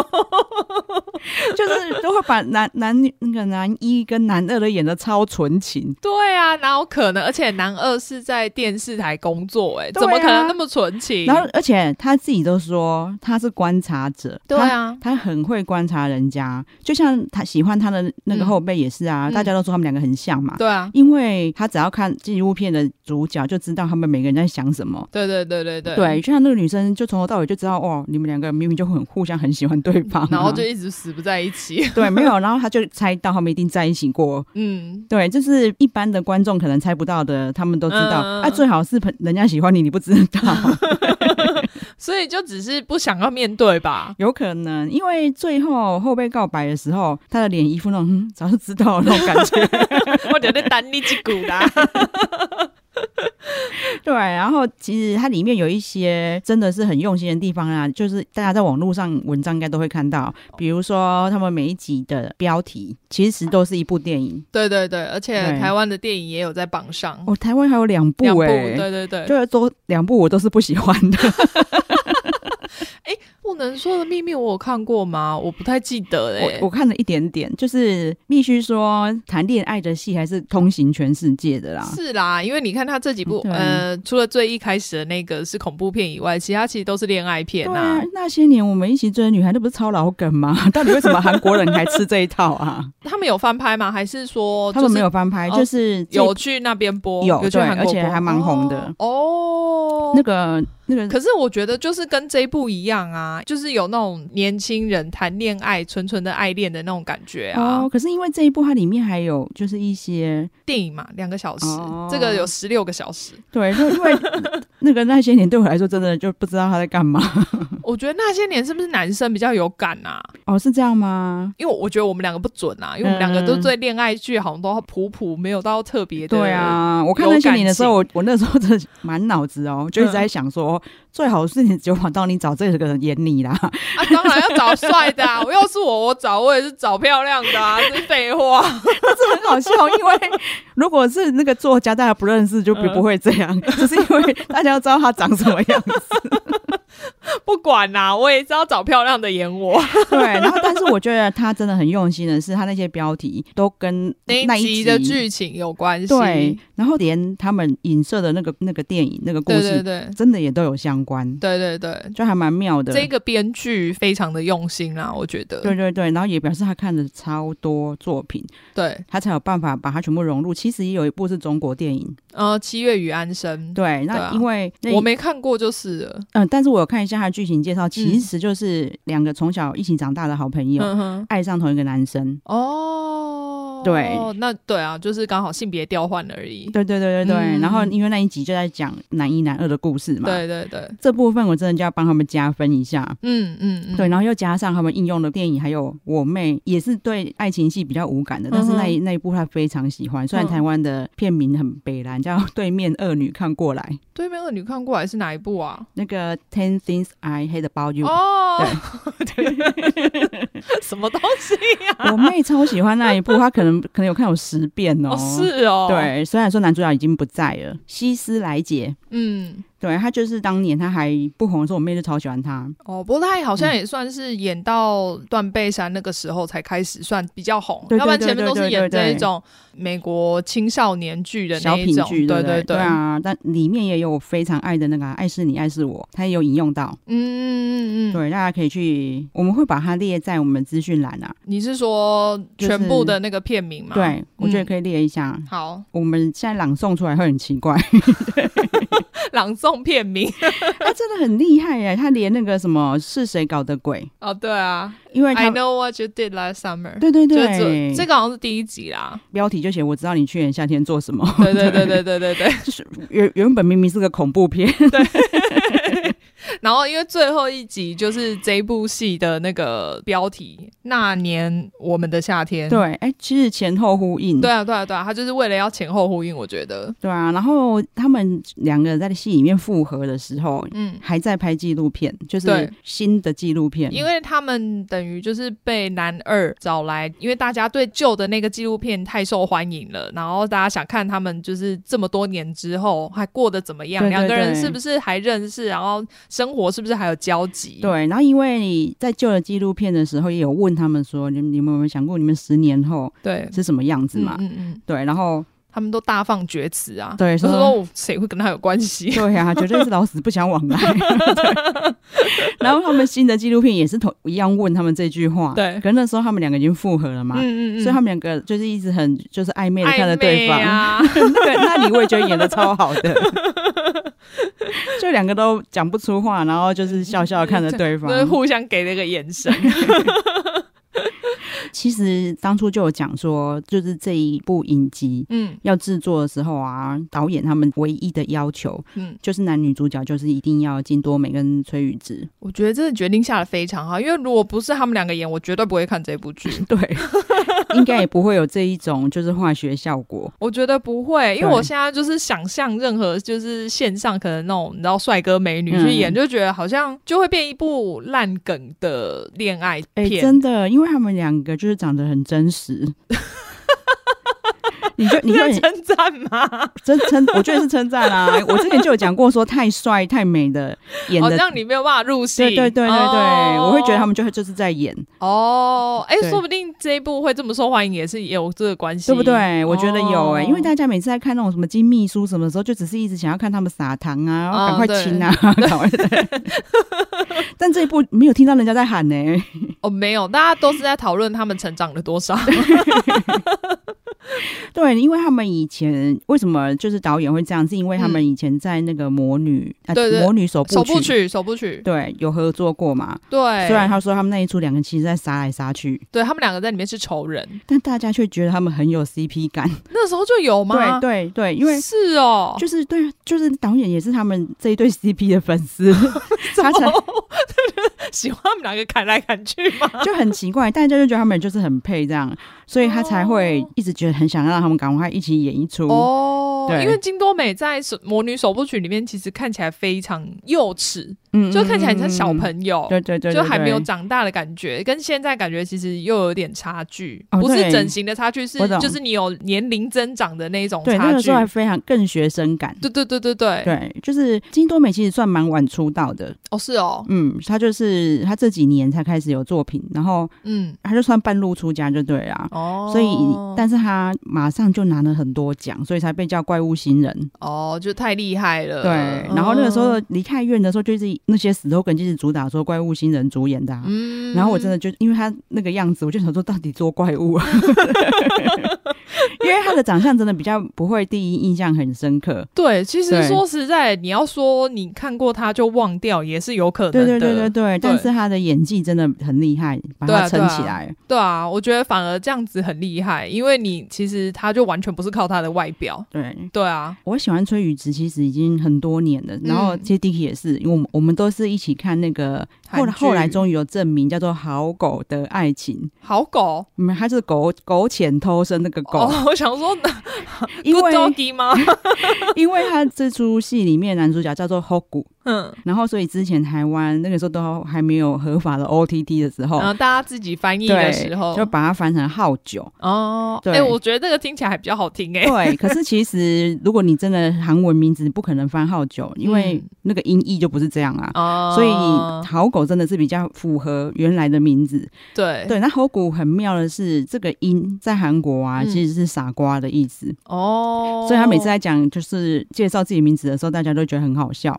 [SPEAKER 1] 就是都会把男男女那个男一跟男二都演的超纯情，
[SPEAKER 2] 对啊，哪有可能？而且男二是在电视台工作、哎、
[SPEAKER 1] 对啊
[SPEAKER 2] 怎么可能那么纯情？
[SPEAKER 1] 然后而且他自己都说他是观察者，
[SPEAKER 2] 对啊，
[SPEAKER 1] 他。他很会观察人家，就像他喜欢他的那个后辈也是啊，
[SPEAKER 2] 嗯
[SPEAKER 1] 大家都说他们两个很像嘛，
[SPEAKER 2] 对啊，
[SPEAKER 1] 因为他只要看纪录片的主角就知道他们每个人在想什么，
[SPEAKER 2] 对对对对对
[SPEAKER 1] 对，就像那个女生，就从头到尾就知道哦，你们两个明明就很互相很喜欢对方啊、
[SPEAKER 2] 然后就一直死不在一起。
[SPEAKER 1] 对没有，然后她就猜到他们一定在一起过。
[SPEAKER 2] 嗯，
[SPEAKER 1] 对，就是一般的观众可能猜不到的，他们都知道。
[SPEAKER 2] 嗯嗯嗯
[SPEAKER 1] 啊，最好是朋人家喜欢你，你不知道，
[SPEAKER 2] 所以就只是不想要面对 吧。
[SPEAKER 1] 有可能因为最后后被告白的时候，他的脸一副那种、嗯、早就知道的那种感觉。
[SPEAKER 2] 我觉得单力击鼓啦。
[SPEAKER 1] 对，然后其实它里面有一些真的是很用心的地方啊，就是大家在网络上文章应该都会看到，比如说他们每一集的标题其实都是一部电影。
[SPEAKER 2] 对对对，而且
[SPEAKER 1] 对
[SPEAKER 2] 台湾的电影也有在榜上，
[SPEAKER 1] 哦，台湾还有两部
[SPEAKER 2] 嗯两部，
[SPEAKER 1] 哎、
[SPEAKER 2] 对对对，
[SPEAKER 1] 就是都两部我都是不喜欢 的，
[SPEAKER 2] 不能说的秘密我有看过吗？我不太记得哎、
[SPEAKER 1] 我我看了一点点，就是必须说谈恋爱的戏还是通行全世界的啦。
[SPEAKER 2] 是啦，因为你看他这几部，
[SPEAKER 1] 啊嗯对
[SPEAKER 2] 呃，除了最一开始的那个是恐怖片以外，其他其实都是恋爱片
[SPEAKER 1] 对
[SPEAKER 2] 呐、
[SPEAKER 1] 啊，那些年我们一起追的女孩，那不是超老梗 吗？到底为什么韩国人还吃这一套啊？
[SPEAKER 2] 他们有翻拍吗？还是说、
[SPEAKER 1] 他们没有翻拍，
[SPEAKER 2] 哦
[SPEAKER 1] 就是这
[SPEAKER 2] 有去那边播？
[SPEAKER 1] 有
[SPEAKER 2] 有去
[SPEAKER 1] 对
[SPEAKER 2] 韩国
[SPEAKER 1] 而且
[SPEAKER 2] 播
[SPEAKER 1] 还蛮红的
[SPEAKER 2] 哦。哦
[SPEAKER 1] 那个那个
[SPEAKER 2] 可是我觉得就是跟这一部一样啊，就是有那种年轻人谈恋爱纯纯的爱恋的那种感觉啊。
[SPEAKER 1] 哦，可是因为这一部它里面还有就是一些
[SPEAKER 2] 电影嘛，两个小时，
[SPEAKER 1] 哦
[SPEAKER 2] 这个有十六个小时。
[SPEAKER 1] 对，就因为那个那些年对我来说真的就不知道他在干嘛。
[SPEAKER 2] 我觉得那些年是不是男生比较有感啊？
[SPEAKER 1] 哦，是这样吗？
[SPEAKER 2] 因为我觉得我们两个不准啊，因为我们两个都对恋爱剧好像都普普，没有到特别
[SPEAKER 1] 嗯
[SPEAKER 2] 的。
[SPEAKER 1] 对，啊，我看那些年的时候，我我那时候真的满脑子哦，就一直在想
[SPEAKER 2] 嗯
[SPEAKER 1] 说，最好是你就往到你找这个人演你 啦。
[SPEAKER 2] 啊，当然要找帅的啊！我要是我，我找我也是找漂亮的啊，这是废话。
[SPEAKER 1] 这很好笑，因为如果是那个作家大家不认识，就不
[SPEAKER 2] 嗯
[SPEAKER 1] 不会这样， 只是因为大家都知道他长什么样子。
[SPEAKER 2] 不管啦、我也是要找漂亮的演我。
[SPEAKER 1] 对，然后但是我觉得他真的很用心的是，他那些标题都跟
[SPEAKER 2] 那
[SPEAKER 1] 那
[SPEAKER 2] 一
[SPEAKER 1] 集
[SPEAKER 2] 集的剧情有关系。
[SPEAKER 1] 对，然后连他们影射的那个那个电影那个故
[SPEAKER 2] 对
[SPEAKER 1] 事，
[SPEAKER 2] 对对
[SPEAKER 1] 真的也都有相关，
[SPEAKER 2] 对对对，
[SPEAKER 1] 就还蛮妙的。
[SPEAKER 2] 这个编剧非常的用心啦，我觉得。
[SPEAKER 1] 对对对，然后也表示他看了超多作品，
[SPEAKER 2] 对，
[SPEAKER 1] 他才有办法把它全部融入。其实也有一部是中国电影，
[SPEAKER 2] 呃，七月与安生，
[SPEAKER 1] 对，
[SPEAKER 2] 对啊
[SPEAKER 1] 那因为那
[SPEAKER 2] 我没嗯看过就是了。
[SPEAKER 1] 嗯、但是我有看一下他的剧情介绍，其实就是两个从小一起长大的好朋友、
[SPEAKER 2] 嗯哼，
[SPEAKER 1] 爱上同一个男生。
[SPEAKER 2] 哦，
[SPEAKER 1] 对，
[SPEAKER 2] 那对啊，就是刚好性别调换而已。
[SPEAKER 1] 对对对对对，
[SPEAKER 2] 嗯
[SPEAKER 1] 然后因为那一集就在讲男一男二的故事嘛，，
[SPEAKER 2] 对对对，
[SPEAKER 1] 这部分我真的就要帮他们加分一下。
[SPEAKER 2] 嗯嗯嗯，
[SPEAKER 1] 对，然后又加上他们应用的电影，还有我妹也是对爱情戏比较无感的，但是那一那一部她非常喜欢。虽然
[SPEAKER 2] 嗯
[SPEAKER 1] 台湾的片名很北蓝，叫《对面恶女看过来》，
[SPEAKER 2] 对面恶女看过来是哪一部啊？
[SPEAKER 1] 那个《Ten Things I Hate About You》，
[SPEAKER 2] 哦，对， 什么东西 呀、
[SPEAKER 1] 我妹超喜欢那一部，她可能可能有看有十遍哦。
[SPEAKER 2] 哦，是哦，，
[SPEAKER 1] 对，虽然说男主角已经不在了，希斯莱杰。
[SPEAKER 2] 嗯，
[SPEAKER 1] 对他就是当年他还不红的时候，我妹就超喜欢他。
[SPEAKER 2] 哦，不过他好像也算是演到断背山那个时候才开始算比较红，
[SPEAKER 1] 对对
[SPEAKER 2] 要不然前面都是演
[SPEAKER 1] 对对对
[SPEAKER 2] 这
[SPEAKER 1] 对
[SPEAKER 2] 一种美国青少年剧的
[SPEAKER 1] 小
[SPEAKER 2] 那一
[SPEAKER 1] 品
[SPEAKER 2] 种，
[SPEAKER 1] 剧，
[SPEAKER 2] 对
[SPEAKER 1] 不对
[SPEAKER 2] 对，
[SPEAKER 1] 啊，但里面也有我非常爱的那个啊《爱是你，爱是我》，他也有引用到。
[SPEAKER 2] 嗯嗯嗯嗯，
[SPEAKER 1] 对，大家可以去，我们会把它列在我们资讯栏啊。
[SPEAKER 2] 你是说
[SPEAKER 1] 就是
[SPEAKER 2] 全部的那个片名吗？
[SPEAKER 1] 对，我觉得
[SPEAKER 2] 嗯
[SPEAKER 1] 可以列一下。
[SPEAKER 2] 好，
[SPEAKER 1] 我们现在朗诵出来会很奇怪，啊
[SPEAKER 2] 朗诵片名
[SPEAKER 1] 他真的很厉害耶！他连那个什么是谁搞的鬼，
[SPEAKER 2] 哦，对啊
[SPEAKER 1] 因为他
[SPEAKER 2] ，I know what you did last summer，
[SPEAKER 1] 对对
[SPEAKER 2] 就是
[SPEAKER 1] 对，
[SPEAKER 2] 这这个好像是第一集啦，
[SPEAKER 1] 标题就写我知道你去年夏天做什么，
[SPEAKER 2] 对对对对对对对。
[SPEAKER 1] 就是 原原本明明是个恐怖片，
[SPEAKER 2] 然后因为最后一集就是这部戏的那个标题《那年我们的夏天》。
[SPEAKER 1] 对，哎，其实前后呼应，
[SPEAKER 2] 对啊，对啊，对啊，他就是为了要前后呼应，我觉得，
[SPEAKER 1] 对啊。然后他们两个在戏里面复合的时候，
[SPEAKER 2] 嗯，
[SPEAKER 1] 还在拍纪录片，就是
[SPEAKER 2] 对
[SPEAKER 1] 新的纪录片，
[SPEAKER 2] 因为他们等于就是被男二找来，因为大家对旧的那个纪录片太受欢迎了，然后大家想看他们就是这么多年之后还过得怎么样，
[SPEAKER 1] 对对
[SPEAKER 2] 两个人
[SPEAKER 1] 对
[SPEAKER 2] 是不是还认识，然后生活是不是还有交集？，
[SPEAKER 1] 对，然后因为你在旧的纪录片的时候，也有问他们说，你们你们有没有想过你们十年后
[SPEAKER 2] 对，
[SPEAKER 1] 是什么样子
[SPEAKER 2] 嗯
[SPEAKER 1] 嘛？
[SPEAKER 2] 嗯嗯，
[SPEAKER 1] 对，然后
[SPEAKER 2] 他们都大放厥词啊，
[SPEAKER 1] 对
[SPEAKER 2] 就是
[SPEAKER 1] 说
[SPEAKER 2] 说我谁会跟他有关系？
[SPEAKER 1] 对呀、绝对是老死不相 往来。对 然后他们新的纪录片也是同一样问他们这句话，
[SPEAKER 2] 对
[SPEAKER 1] 可是那时候他们两个已经复合 了嘛。
[SPEAKER 2] 嗯
[SPEAKER 1] 所以他们两个就是一直很就是暧昧的看着
[SPEAKER 2] 暧
[SPEAKER 1] 对
[SPEAKER 2] 昧
[SPEAKER 1] 方，
[SPEAKER 2] 啊
[SPEAKER 1] 那个那你我也觉得演的超好的， 就两个都讲不出话，然后就是笑笑地看着对方，
[SPEAKER 2] 就是互相给了个眼 神。
[SPEAKER 1] 其实当初就有讲说，就是这一部影集
[SPEAKER 2] 嗯
[SPEAKER 1] 要制作的时候啊，导演他们唯一的要求
[SPEAKER 2] 嗯，
[SPEAKER 1] 就是男女主角就是一定要金多美跟崔宇植。
[SPEAKER 2] 我觉得这个决定下的非常好，因为如果不是他们两个演，我绝对不会看这 部剧。
[SPEAKER 1] 对，应该也不会有这一种就是化学效果。
[SPEAKER 2] 我觉得不会，因为我
[SPEAKER 1] 对
[SPEAKER 2] 现在就是想象任何就是线上可能那种你知道帅哥美女去演，
[SPEAKER 1] 嗯
[SPEAKER 2] 就觉得好像就会变一部烂梗的恋爱
[SPEAKER 1] 哎、
[SPEAKER 2] 片。
[SPEAKER 1] 真的，因为他们两个就是长得很真 实。你就你就
[SPEAKER 2] 这是 称赞吗？
[SPEAKER 1] 真称，我觉得是称赞啊！我之前就有讲过，说太帅太美的演
[SPEAKER 2] 好
[SPEAKER 1] 的，
[SPEAKER 2] 像你没有办法入戏。
[SPEAKER 1] 对对对对对，
[SPEAKER 2] 哦
[SPEAKER 1] 我会觉得他们就会就是在演。
[SPEAKER 2] 哦，哎、
[SPEAKER 1] 对
[SPEAKER 2] 说不定这一部会这么受欢迎，也是也有这个关系，
[SPEAKER 1] 对不对？我觉得有哎、
[SPEAKER 2] 哦
[SPEAKER 1] 因为大家每次在看那种什么金秘书什么的时候，就只是一直想要看他们撒糖啊，
[SPEAKER 2] 哦
[SPEAKER 1] 然后赶快亲啊，赶快。 对但这一部没有听到人家在喊欸呢、
[SPEAKER 2] 哦，没有，大家都是在讨论他们成长了多少。
[SPEAKER 1] 对，对，因为他们以前为什么就是导演会这样，是因为他们以前在那个魔女、啊
[SPEAKER 2] 嗯对对
[SPEAKER 1] 魔女首部
[SPEAKER 2] 首部曲，哎首部曲，
[SPEAKER 1] 对有合作过嘛。
[SPEAKER 2] 对，
[SPEAKER 1] 虽然他说他们那一出两个其实在杀来杀去，
[SPEAKER 2] 对他们两个在里面是仇人，
[SPEAKER 1] 但大家却觉得他们很有 CP 感。
[SPEAKER 2] 那时候就有吗？
[SPEAKER 1] 对对对，因为
[SPEAKER 2] 是哦，
[SPEAKER 1] 就是对，啊就是导演也是他们这一对 CP 的粉 丝，他才
[SPEAKER 2] 喜欢他们两个砍来砍去吗？
[SPEAKER 1] 就很奇怪，大家就觉得他们就是很配这样，所以他才会
[SPEAKER 2] 哦
[SPEAKER 1] 一直觉得很想让他们赶快一起演一出。
[SPEAKER 2] 哦，
[SPEAKER 1] 对
[SPEAKER 2] 因为金多美在首《魔女首部曲》里面其实看起来非常幼稚，
[SPEAKER 1] 嗯，嗯
[SPEAKER 2] 就看起来很像小
[SPEAKER 1] 嗯嗯
[SPEAKER 2] 朋友。
[SPEAKER 1] 对对对，
[SPEAKER 2] 就还没有
[SPEAKER 1] 对
[SPEAKER 2] 长大的感觉，跟现在感觉其实又有点差距，
[SPEAKER 1] 哦
[SPEAKER 2] 不
[SPEAKER 1] 对
[SPEAKER 2] 是整形的差距，是
[SPEAKER 1] 我懂
[SPEAKER 2] 就是你有年龄增长的那一种
[SPEAKER 1] 对，那
[SPEAKER 2] 差
[SPEAKER 1] 个
[SPEAKER 2] 距
[SPEAKER 1] 时候。还非常更学生感。
[SPEAKER 2] 对对对对对，
[SPEAKER 1] 对，就是金多美其实算蛮晚出道的，
[SPEAKER 2] 哦是哦，
[SPEAKER 1] 嗯，她就是她这几年才开始有作品，然后
[SPEAKER 2] 嗯
[SPEAKER 1] 她就算半路出家就对啦。
[SPEAKER 2] 哦，
[SPEAKER 1] 所以，但是她马上就拿了很多奖，所以才被叫怪物新人。
[SPEAKER 2] 哦就太厉害了。
[SPEAKER 1] 对，然后那个时候
[SPEAKER 2] 嗯，
[SPEAKER 1] 离开院的时候，就是那些 slogan 就是主打说怪物新人主演的、啊。
[SPEAKER 2] 嗯
[SPEAKER 1] 然后我真的就因为他那个样子，我就想说到底做怪物、啊， 因为他的长相真的比较不会第一印象很深刻。
[SPEAKER 2] 对，其实
[SPEAKER 1] 对
[SPEAKER 2] 说实在，你要说你看过他就忘掉，也是有可能
[SPEAKER 1] 对
[SPEAKER 2] 的。
[SPEAKER 1] 对对对对，但是他的演技真的很厉害，把
[SPEAKER 2] 对
[SPEAKER 1] 他
[SPEAKER 2] 啊
[SPEAKER 1] 撑
[SPEAKER 2] 对啊
[SPEAKER 1] 起来。
[SPEAKER 2] 对啊，我觉得反而这样子很厉害，因为你其实他就完全不是靠他的外表。
[SPEAKER 1] 对，
[SPEAKER 2] 对啊，
[SPEAKER 1] 我喜欢崔宇植，其实已经很多年了。然后
[SPEAKER 2] 嗯
[SPEAKER 1] 其实 Dicky 也是，因为我们我们都是一起看那个，后来
[SPEAKER 2] 韩剧
[SPEAKER 1] 后来终于有证明叫做《好狗的爱情》。
[SPEAKER 2] 好狗
[SPEAKER 1] 嗯，他是狗狗浅偷生那个狗，
[SPEAKER 2] 哦，我想说
[SPEAKER 1] 因
[SPEAKER 2] good
[SPEAKER 1] 为
[SPEAKER 2] doggy 吗？
[SPEAKER 1] 因为他这出戏里面男主角叫做 Hogu，
[SPEAKER 2] 嗯，
[SPEAKER 1] 然后所以之前台湾那个时候都还没有合法的 OTT 的时候，
[SPEAKER 2] 然后大家自己翻译嗯，E 的
[SPEAKER 1] 哦对
[SPEAKER 2] 时候，
[SPEAKER 1] 就把它翻成好酒。
[SPEAKER 2] 哦，哎、
[SPEAKER 1] 对
[SPEAKER 2] 我觉得这个听起来还比较好听哎、
[SPEAKER 1] 对，可是其实如果你真的韩文名字，不可能翻好酒，因为
[SPEAKER 2] 嗯
[SPEAKER 1] 那个音译就不是这样啊。
[SPEAKER 2] 哦，
[SPEAKER 1] 所以好狗真的是比较符合原来的名字。
[SPEAKER 2] 对
[SPEAKER 1] 对，那好狗很妙的是，这个音在韩国啊
[SPEAKER 2] 嗯
[SPEAKER 1] 其实是傻瓜的意思，
[SPEAKER 2] 哦，
[SPEAKER 1] 所以他每次在讲就是介绍自己名字的时候，大家都觉得很好笑。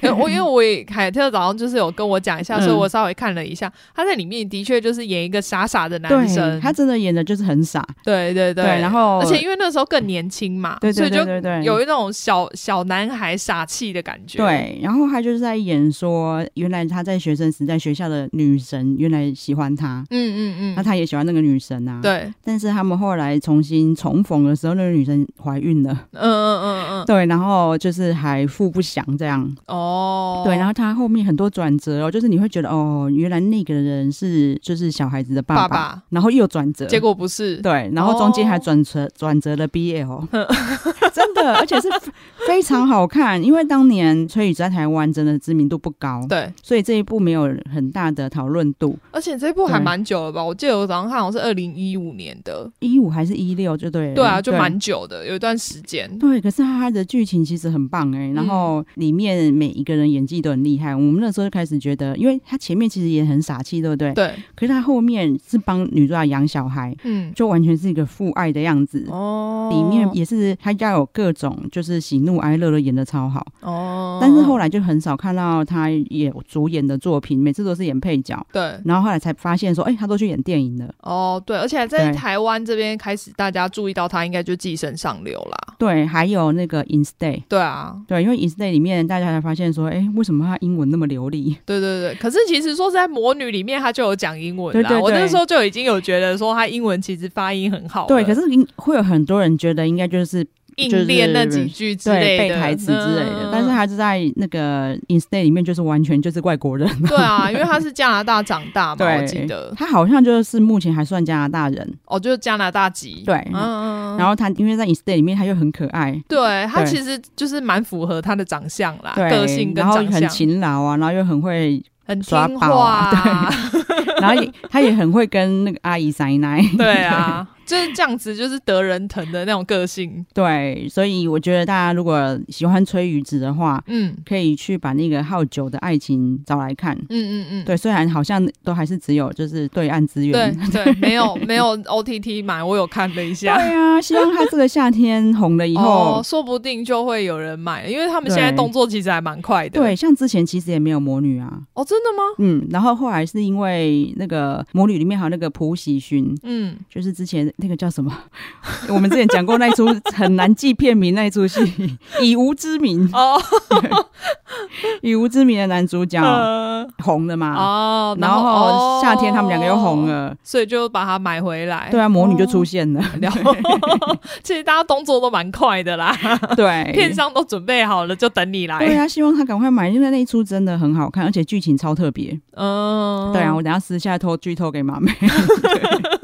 [SPEAKER 2] 可 我因为我也凯特早上就是有跟我讲一下，
[SPEAKER 1] 嗯
[SPEAKER 2] 所以我稍微看了一下，他在里面的确就是演一个傻傻的男
[SPEAKER 1] 对，
[SPEAKER 2] 生，
[SPEAKER 1] 他真的演的就是很傻。
[SPEAKER 2] 对对对，
[SPEAKER 1] 对，然后
[SPEAKER 2] 而且因为那时候更年轻嘛，
[SPEAKER 1] 对对对
[SPEAKER 2] 所以
[SPEAKER 1] 对对，
[SPEAKER 2] 就有一种小小男孩傻气的感觉，
[SPEAKER 1] 对，然后他就是在演说，原来他在学生时代学校的女神原来喜欢他。
[SPEAKER 2] 嗯嗯
[SPEAKER 1] 那
[SPEAKER 2] 嗯，
[SPEAKER 1] 他也喜欢那个女神啊，。
[SPEAKER 2] 对，
[SPEAKER 1] 但是他们后来重新重逢的时候，那个女生怀孕了，
[SPEAKER 2] 嗯嗯嗯嗯，
[SPEAKER 1] 对，然后就是还腹不详这样，
[SPEAKER 2] 哦，
[SPEAKER 1] 对，然后他后面很多转折哦，就是你会觉得哦，原来那个人是就是小孩子的爸
[SPEAKER 2] 爸爸
[SPEAKER 1] 然后又转折，
[SPEAKER 2] 结果哦不是，
[SPEAKER 1] 对，然后中间还转折转折了 BL，真
[SPEAKER 2] 嗯
[SPEAKER 1] 的，而且是非非常好看。因为当年崔宇植在台湾真的知名度不高，
[SPEAKER 2] 对，
[SPEAKER 1] 所以这一部没有很大的讨论度。
[SPEAKER 2] 而且这部还
[SPEAKER 1] 对
[SPEAKER 2] 蛮久了吧？我记得我早上看好像是二零一五年的，
[SPEAKER 1] 一五还是一六就嗯对了，
[SPEAKER 2] 对啊，就蛮久的，有一段时间，
[SPEAKER 1] 对。可是它的剧情其实很棒哎、
[SPEAKER 2] 嗯
[SPEAKER 1] 然后里面每一个人演技都很厉害。我们那时候就开始觉得，因为他前面其实也很傻气，对不对？
[SPEAKER 2] 对，
[SPEAKER 1] 可是他后面是帮女主角养小孩，
[SPEAKER 2] 嗯，
[SPEAKER 1] 就完全是一个父爱的样子。
[SPEAKER 2] 哦，
[SPEAKER 1] 里面也是他要有各种就是喜怒哀乐都演的超好，
[SPEAKER 2] 哦，
[SPEAKER 1] 但是后来就很少看到他演主演的作品，每次都是演配角。
[SPEAKER 2] 对。
[SPEAKER 1] 然后后来才发现说，哎、他都去演电影了。
[SPEAKER 2] 哦，对，而且在
[SPEAKER 1] 对
[SPEAKER 2] 台湾这边开始，大家注意到他应该就寄生上流啦。
[SPEAKER 1] 对，还有那个《In Stay》。
[SPEAKER 2] 对啊，
[SPEAKER 1] 对，因为《In Stay》里面大家才发现说，哎、为什么他英文那么流利？
[SPEAKER 2] 对对对。可是其实说是在魔女里面，他就有讲英文啦。
[SPEAKER 1] 对对对
[SPEAKER 2] 我那时候就已经有觉得说他英文其实发音很好了。
[SPEAKER 1] 对，可是应会有很多人觉得应该就是
[SPEAKER 2] 硬练那几句之
[SPEAKER 1] 对
[SPEAKER 2] 类的
[SPEAKER 1] 背
[SPEAKER 2] 嗯
[SPEAKER 1] 台词之类的，但是。他是在那个《In Stay》里面就是完全就是外国人。
[SPEAKER 2] 嗯对啊，因为他是加拿大长大嘛，
[SPEAKER 1] 对
[SPEAKER 2] 我记 得
[SPEAKER 1] 他好像就是目前还算加拿大人，
[SPEAKER 2] 哦，就是加拿大籍。
[SPEAKER 1] 对
[SPEAKER 2] 嗯嗯，嗯
[SPEAKER 1] 然后他因为在《In Stay》里面他又很可爱，
[SPEAKER 2] 对他
[SPEAKER 1] 对
[SPEAKER 2] 其实就是蛮符合他的长相啦，
[SPEAKER 1] 对，
[SPEAKER 2] 啊个性跟
[SPEAKER 1] 然后
[SPEAKER 2] 长
[SPEAKER 1] 很
[SPEAKER 2] 相，
[SPEAKER 1] 勤劳啊，然后又很 会，
[SPEAKER 2] 很
[SPEAKER 1] 耍
[SPEAKER 2] 听
[SPEAKER 1] 宝
[SPEAKER 2] 话
[SPEAKER 1] 啊
[SPEAKER 2] 啊，
[SPEAKER 1] 然后也他也很会跟那个阿姨塞奶，
[SPEAKER 2] 对啊，就是这样子，就是得人疼的那种个性。
[SPEAKER 1] 对，所以我觉得大家如果喜欢崔宇植的话，
[SPEAKER 2] 嗯
[SPEAKER 1] 可以去把那个好酒的爱情找来看。
[SPEAKER 2] 嗯嗯嗯，
[SPEAKER 1] 对，虽然好像都还是只有就是对岸资源。
[SPEAKER 2] 对对，没有没有 OTT 买，我有看了一
[SPEAKER 1] 对
[SPEAKER 2] 下。
[SPEAKER 1] 啊，希望他这个夏天红 了以后
[SPEAKER 2] 哦，，说不定就会有人买，因为他们现在
[SPEAKER 1] 对
[SPEAKER 2] 动作其实还蛮快的。
[SPEAKER 1] 对，，像之前其实也没有魔女啊，
[SPEAKER 2] 哦，真的吗？
[SPEAKER 1] 嗯，然后后来是因为那个魔女里面还有那个朴喜勋，
[SPEAKER 2] 嗯，
[SPEAKER 1] 就是之前那个叫什么？ 我们之前讲过那一出很难记片名那一出戏，《以无之名》
[SPEAKER 2] 哦，
[SPEAKER 1] 以无之名的男主 角
[SPEAKER 2] 呃
[SPEAKER 1] 红了嘛，
[SPEAKER 2] 哦，
[SPEAKER 1] 啊然后夏天他们两个又红，
[SPEAKER 2] 哦
[SPEAKER 1] 了，
[SPEAKER 2] 所以就把它买回来。
[SPEAKER 1] 对啊，魔女就出现了，
[SPEAKER 2] 哦了，其实大家动作都蛮快的啦，
[SPEAKER 1] 对，
[SPEAKER 2] 片商都准备好了，就等
[SPEAKER 1] 对
[SPEAKER 2] 你来。
[SPEAKER 1] 啊，希望他赶快买，因为那一出真的很好看，而且剧情超特别。
[SPEAKER 2] 嗯，
[SPEAKER 1] 对啊，我等一下私下偷剧透给马妹。对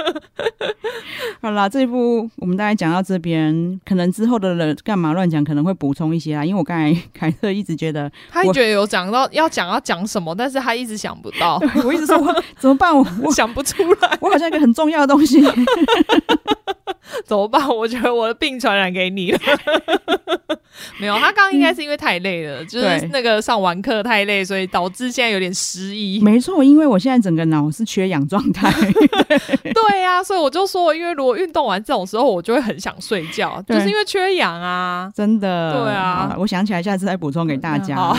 [SPEAKER 1] 好啦，这一部我们大概讲到这边，可能之后的人干嘛乱讲，可能会补充一些啊，因为我刚才凯特一直觉得，
[SPEAKER 2] 他
[SPEAKER 1] 我
[SPEAKER 2] 觉得有讲到要讲要讲什么，但是他一直想不到，
[SPEAKER 1] 哎我一直说我怎么办，我 我
[SPEAKER 2] 想不出 来，
[SPEAKER 1] 我好像一个很重要的东西，
[SPEAKER 2] 怎么办？我觉得我的病传染给你了。 没有，他刚刚应该是因为太累了，就是
[SPEAKER 1] 对
[SPEAKER 2] 那个上完课太累，所以导致现在有点失 忆。
[SPEAKER 1] 没错，因为我现在整个脑是缺氧状态，
[SPEAKER 2] 对呀、所以我就说，因为如果运动完这种时候，我就会很想睡觉，
[SPEAKER 1] 对
[SPEAKER 2] 就是因为缺氧啊。
[SPEAKER 1] 真的。
[SPEAKER 2] 对啊嗯
[SPEAKER 1] 好我想起来，下次再补充给大家。
[SPEAKER 2] 好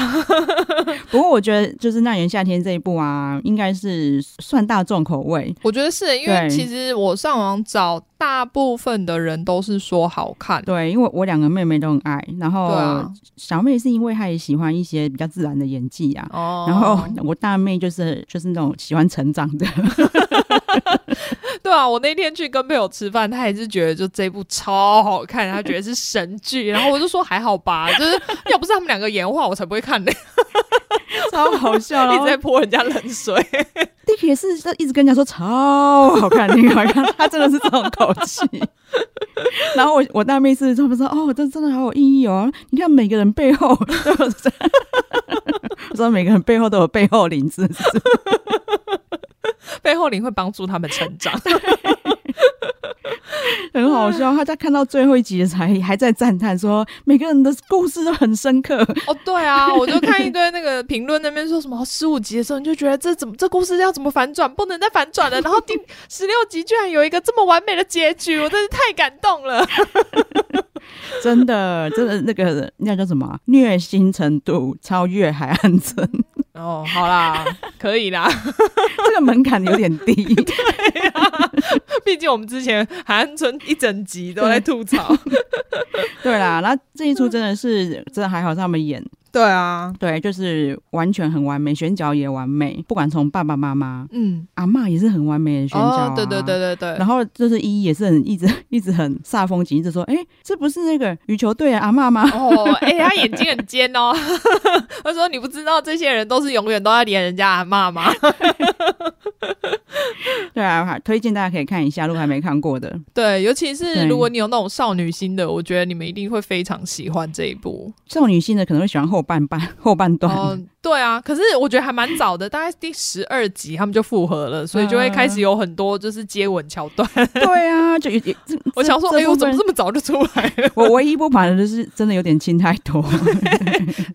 [SPEAKER 1] 不过我觉得就是《那年夏天》这一部啊，应该是算大众口味，
[SPEAKER 2] 我觉得是因为
[SPEAKER 1] 对
[SPEAKER 2] 其实我上网找，大部分的人都是说好看。
[SPEAKER 1] 对，因为我两个妹妹都很爱，然后
[SPEAKER 2] 对啊，
[SPEAKER 1] 小妹是因为她也喜欢一些比较自然的演技啊。
[SPEAKER 2] 哦，
[SPEAKER 1] 然后我大妹就是就是那种喜欢成长的，
[SPEAKER 2] 对啊，我那天去跟朋友吃饭，他也是觉得就这部超好看，他觉得是神剧，然后我就说还好吧，就是要不是他们两个演的话，我才不会看呢、
[SPEAKER 1] 超好笑 然
[SPEAKER 2] 一直
[SPEAKER 1] 后
[SPEAKER 2] 在泼人家冷水。
[SPEAKER 1] Dick 也是一直跟人家说超好看，你好看，他真的是这种口气。然后我我大妹是他们说哦，这真的好有意义哦，你看每个人背后都有这，我说每个人背后都有背后灵，是不是？
[SPEAKER 2] 背后灵会帮助他们成长，
[SPEAKER 1] 很好笑。他在看到最后一集才还在赞叹说，每个人的故事都很深刻。
[SPEAKER 2] 哦，对啊，我就看一堆那个评论那边说什么十五集的时候，你就觉得这怎么这故事要怎么反转，不能再反转了。然后第 十六集居然有一个这么完美的结局，我真是太感动了。
[SPEAKER 1] 真的，真的那个那叫什么啊虐心程度超越海岸村，
[SPEAKER 2] 哦，好啦，可以啦，
[SPEAKER 1] 这个门槛有点低。
[SPEAKER 2] 毕竟我们之前海岸村一整集都在吐槽。
[SPEAKER 1] 对啦，那这一出真的是真的还好，他们演
[SPEAKER 2] 对啊，
[SPEAKER 1] 对，就是完全很完美，选角也完美，不管从爸爸妈妈、
[SPEAKER 2] 嗯，
[SPEAKER 1] 阿嬷也是很完美的选角、啊
[SPEAKER 2] 哦，对对对。对对
[SPEAKER 1] 然，后就是依依也是很一直一直很煞风景，一直说：“哎、这不是那个羽球队的啊阿嬷吗？”
[SPEAKER 2] 哦，哎、他眼睛很尖哦。 他说：“你不知道这些人都是永远都在连人家阿骂 吗？
[SPEAKER 1] 对啊，还推荐大家可以看一下，如果还没看过的，
[SPEAKER 2] 对，尤其
[SPEAKER 1] 对
[SPEAKER 2] 是如果你有那种少女心的，我觉得你们一定会非常喜欢这一部。
[SPEAKER 1] 少女心的可能会喜欢后半半后半段。
[SPEAKER 2] 哦，对啊，可是我觉得还蛮早的，大概第十二集他们就复合了，所以就会开始有很多就是接吻桥段。
[SPEAKER 1] 对啊，就有点这
[SPEAKER 2] 我想说，
[SPEAKER 1] 这
[SPEAKER 2] 哎、我
[SPEAKER 1] 部
[SPEAKER 2] 怎么
[SPEAKER 1] 分
[SPEAKER 2] 这么早就出来了？
[SPEAKER 1] 我唯一不满的就是真的有点亲太 多，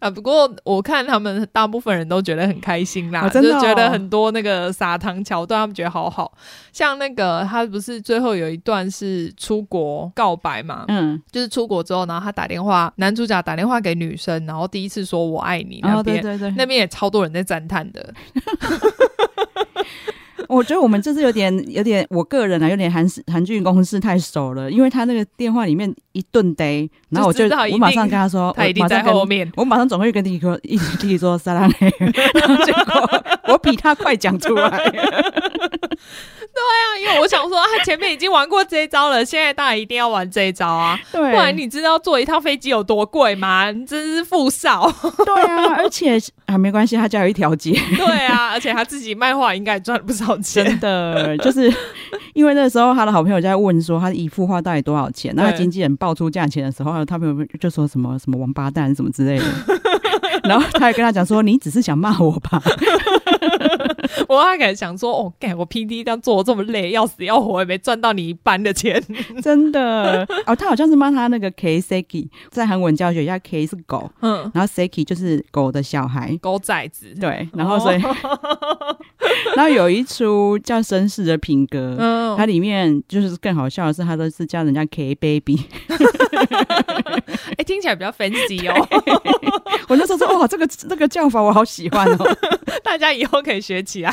[SPEAKER 2] 啊，不过我看他们大部分人都觉得很开心啦，
[SPEAKER 1] 哦真的
[SPEAKER 2] 就
[SPEAKER 1] 哦
[SPEAKER 2] 是觉得很多那个撒糖桥段，他们觉得好好。像那个他不是最后有一段是出国告白嘛，
[SPEAKER 1] 嗯，
[SPEAKER 2] 就是出国之后，然后他打电话，男主角打电话给女生，然后第一次说我爱你
[SPEAKER 1] 然
[SPEAKER 2] 那
[SPEAKER 1] 后哦对
[SPEAKER 2] 边。
[SPEAKER 1] 对对，
[SPEAKER 2] 那边也超多人在赞叹的，
[SPEAKER 1] 我觉得我们这次有点有点，我个人啊有点韩式韩剧公式太熟了，因为他那个电话里面一顿逮，然后我就
[SPEAKER 2] 就知道一定
[SPEAKER 1] 我马上跟他 说，
[SPEAKER 2] 他一定
[SPEAKER 1] 哦我马
[SPEAKER 2] 在
[SPEAKER 1] 上跟
[SPEAKER 2] 后。面。啊
[SPEAKER 1] 我马上转过去跟弟弟说， 一直弟弟说撒拉嘿，然 后结果我比他快讲出来，
[SPEAKER 2] 那因为我想说，啊，前面已经玩过这一招了，现在当然一定要玩这一招啊，
[SPEAKER 1] 对，
[SPEAKER 2] 不然你知道坐一趟飞机有多贵吗？你真是富少。
[SPEAKER 1] 对啊，而且啊没关系，他家有一条街，
[SPEAKER 2] 对啊，而且他自己卖画应该也赚了不少钱。
[SPEAKER 1] 真的， 就是因为那时候他的好朋友就在问说他一幅画到底多少钱，那他
[SPEAKER 2] 对
[SPEAKER 1] 经纪人报出价钱的时候，他朋友就说什么什么王八蛋什么之类的。 然后他还跟他讲说：“你只是想骂我吧
[SPEAKER 2] 我还敢想说，哦，干我 P D 这样做这么累，要死要活也没赚到你一半的 钱。？”
[SPEAKER 1] 真的哦，他好像是骂他那个 K Seki，在韩文教学下 K 是狗，
[SPEAKER 2] 嗯，
[SPEAKER 1] 然后 Seki 就是狗的小孩。
[SPEAKER 2] 狗崽子。
[SPEAKER 1] 对，然后 所以，然后有一出叫《绅士的品格》，
[SPEAKER 2] 嗯
[SPEAKER 1] 它，里面就是更好笑的是，他都是叫人家 K baby，
[SPEAKER 2] 哎、听起来比较 fancy 哦，
[SPEAKER 1] 我那时候说哇，这个这个叫法我好喜欢哦。
[SPEAKER 2] 大家以后可以学起来。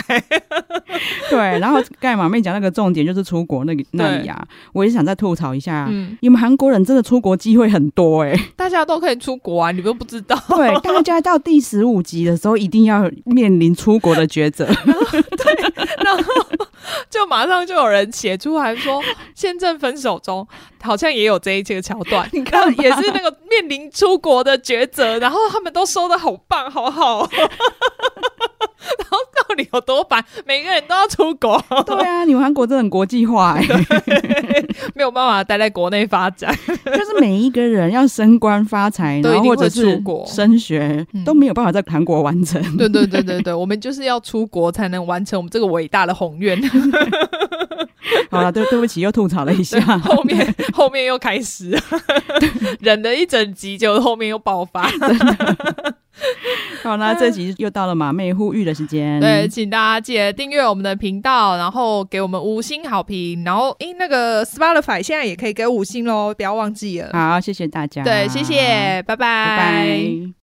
[SPEAKER 1] 对，然后盖马妹讲那个重点就是出国那个那里啊，我也想再吐槽一下，
[SPEAKER 2] 嗯，
[SPEAKER 1] 你们韩国人真的出国机会很多 哎、
[SPEAKER 2] 大家都可以出国啊，你们又不知道。
[SPEAKER 1] 对，大家到第十五集的时候一定要面临出国的抉 择。
[SPEAKER 2] 然后就马上就有人写出 来说，现正分手中，好像也有这一这个桥段，
[SPEAKER 1] 你看
[SPEAKER 2] 也是那个面临出国的抉择，然后他们都收的好棒，好好、 哦。然后到底有多烦？每个人都要出国，
[SPEAKER 1] 对啊，你们韩国真的很国际化哎、
[SPEAKER 2] 没有办法待在国内发展。
[SPEAKER 1] 就是每一个人要升官发财，
[SPEAKER 2] 都
[SPEAKER 1] 然后
[SPEAKER 2] 一定
[SPEAKER 1] 或
[SPEAKER 2] 会
[SPEAKER 1] 者是
[SPEAKER 2] 出国
[SPEAKER 1] 升学
[SPEAKER 2] 嗯
[SPEAKER 1] 都没有办法在韩国完 成。
[SPEAKER 2] 对对对对对，我们就是要出国才能完成我们这个伟大的宏 愿。
[SPEAKER 1] 好了，对对不起，又吐槽了一下。
[SPEAKER 2] 后面后面又开始 了，忍了一整集，就后面又爆发。
[SPEAKER 1] 好啦，这集又到了马妹呼吁的时间。
[SPEAKER 2] 对，，请大家记得订阅我们的频道，然后给我们五星好评，然后诶，那个 Spotify 现在也可以给五星喽，不要忘记了。
[SPEAKER 1] 好，谢谢大家。
[SPEAKER 2] 对，谢，谢，
[SPEAKER 1] 拜
[SPEAKER 2] 拜
[SPEAKER 1] 拜。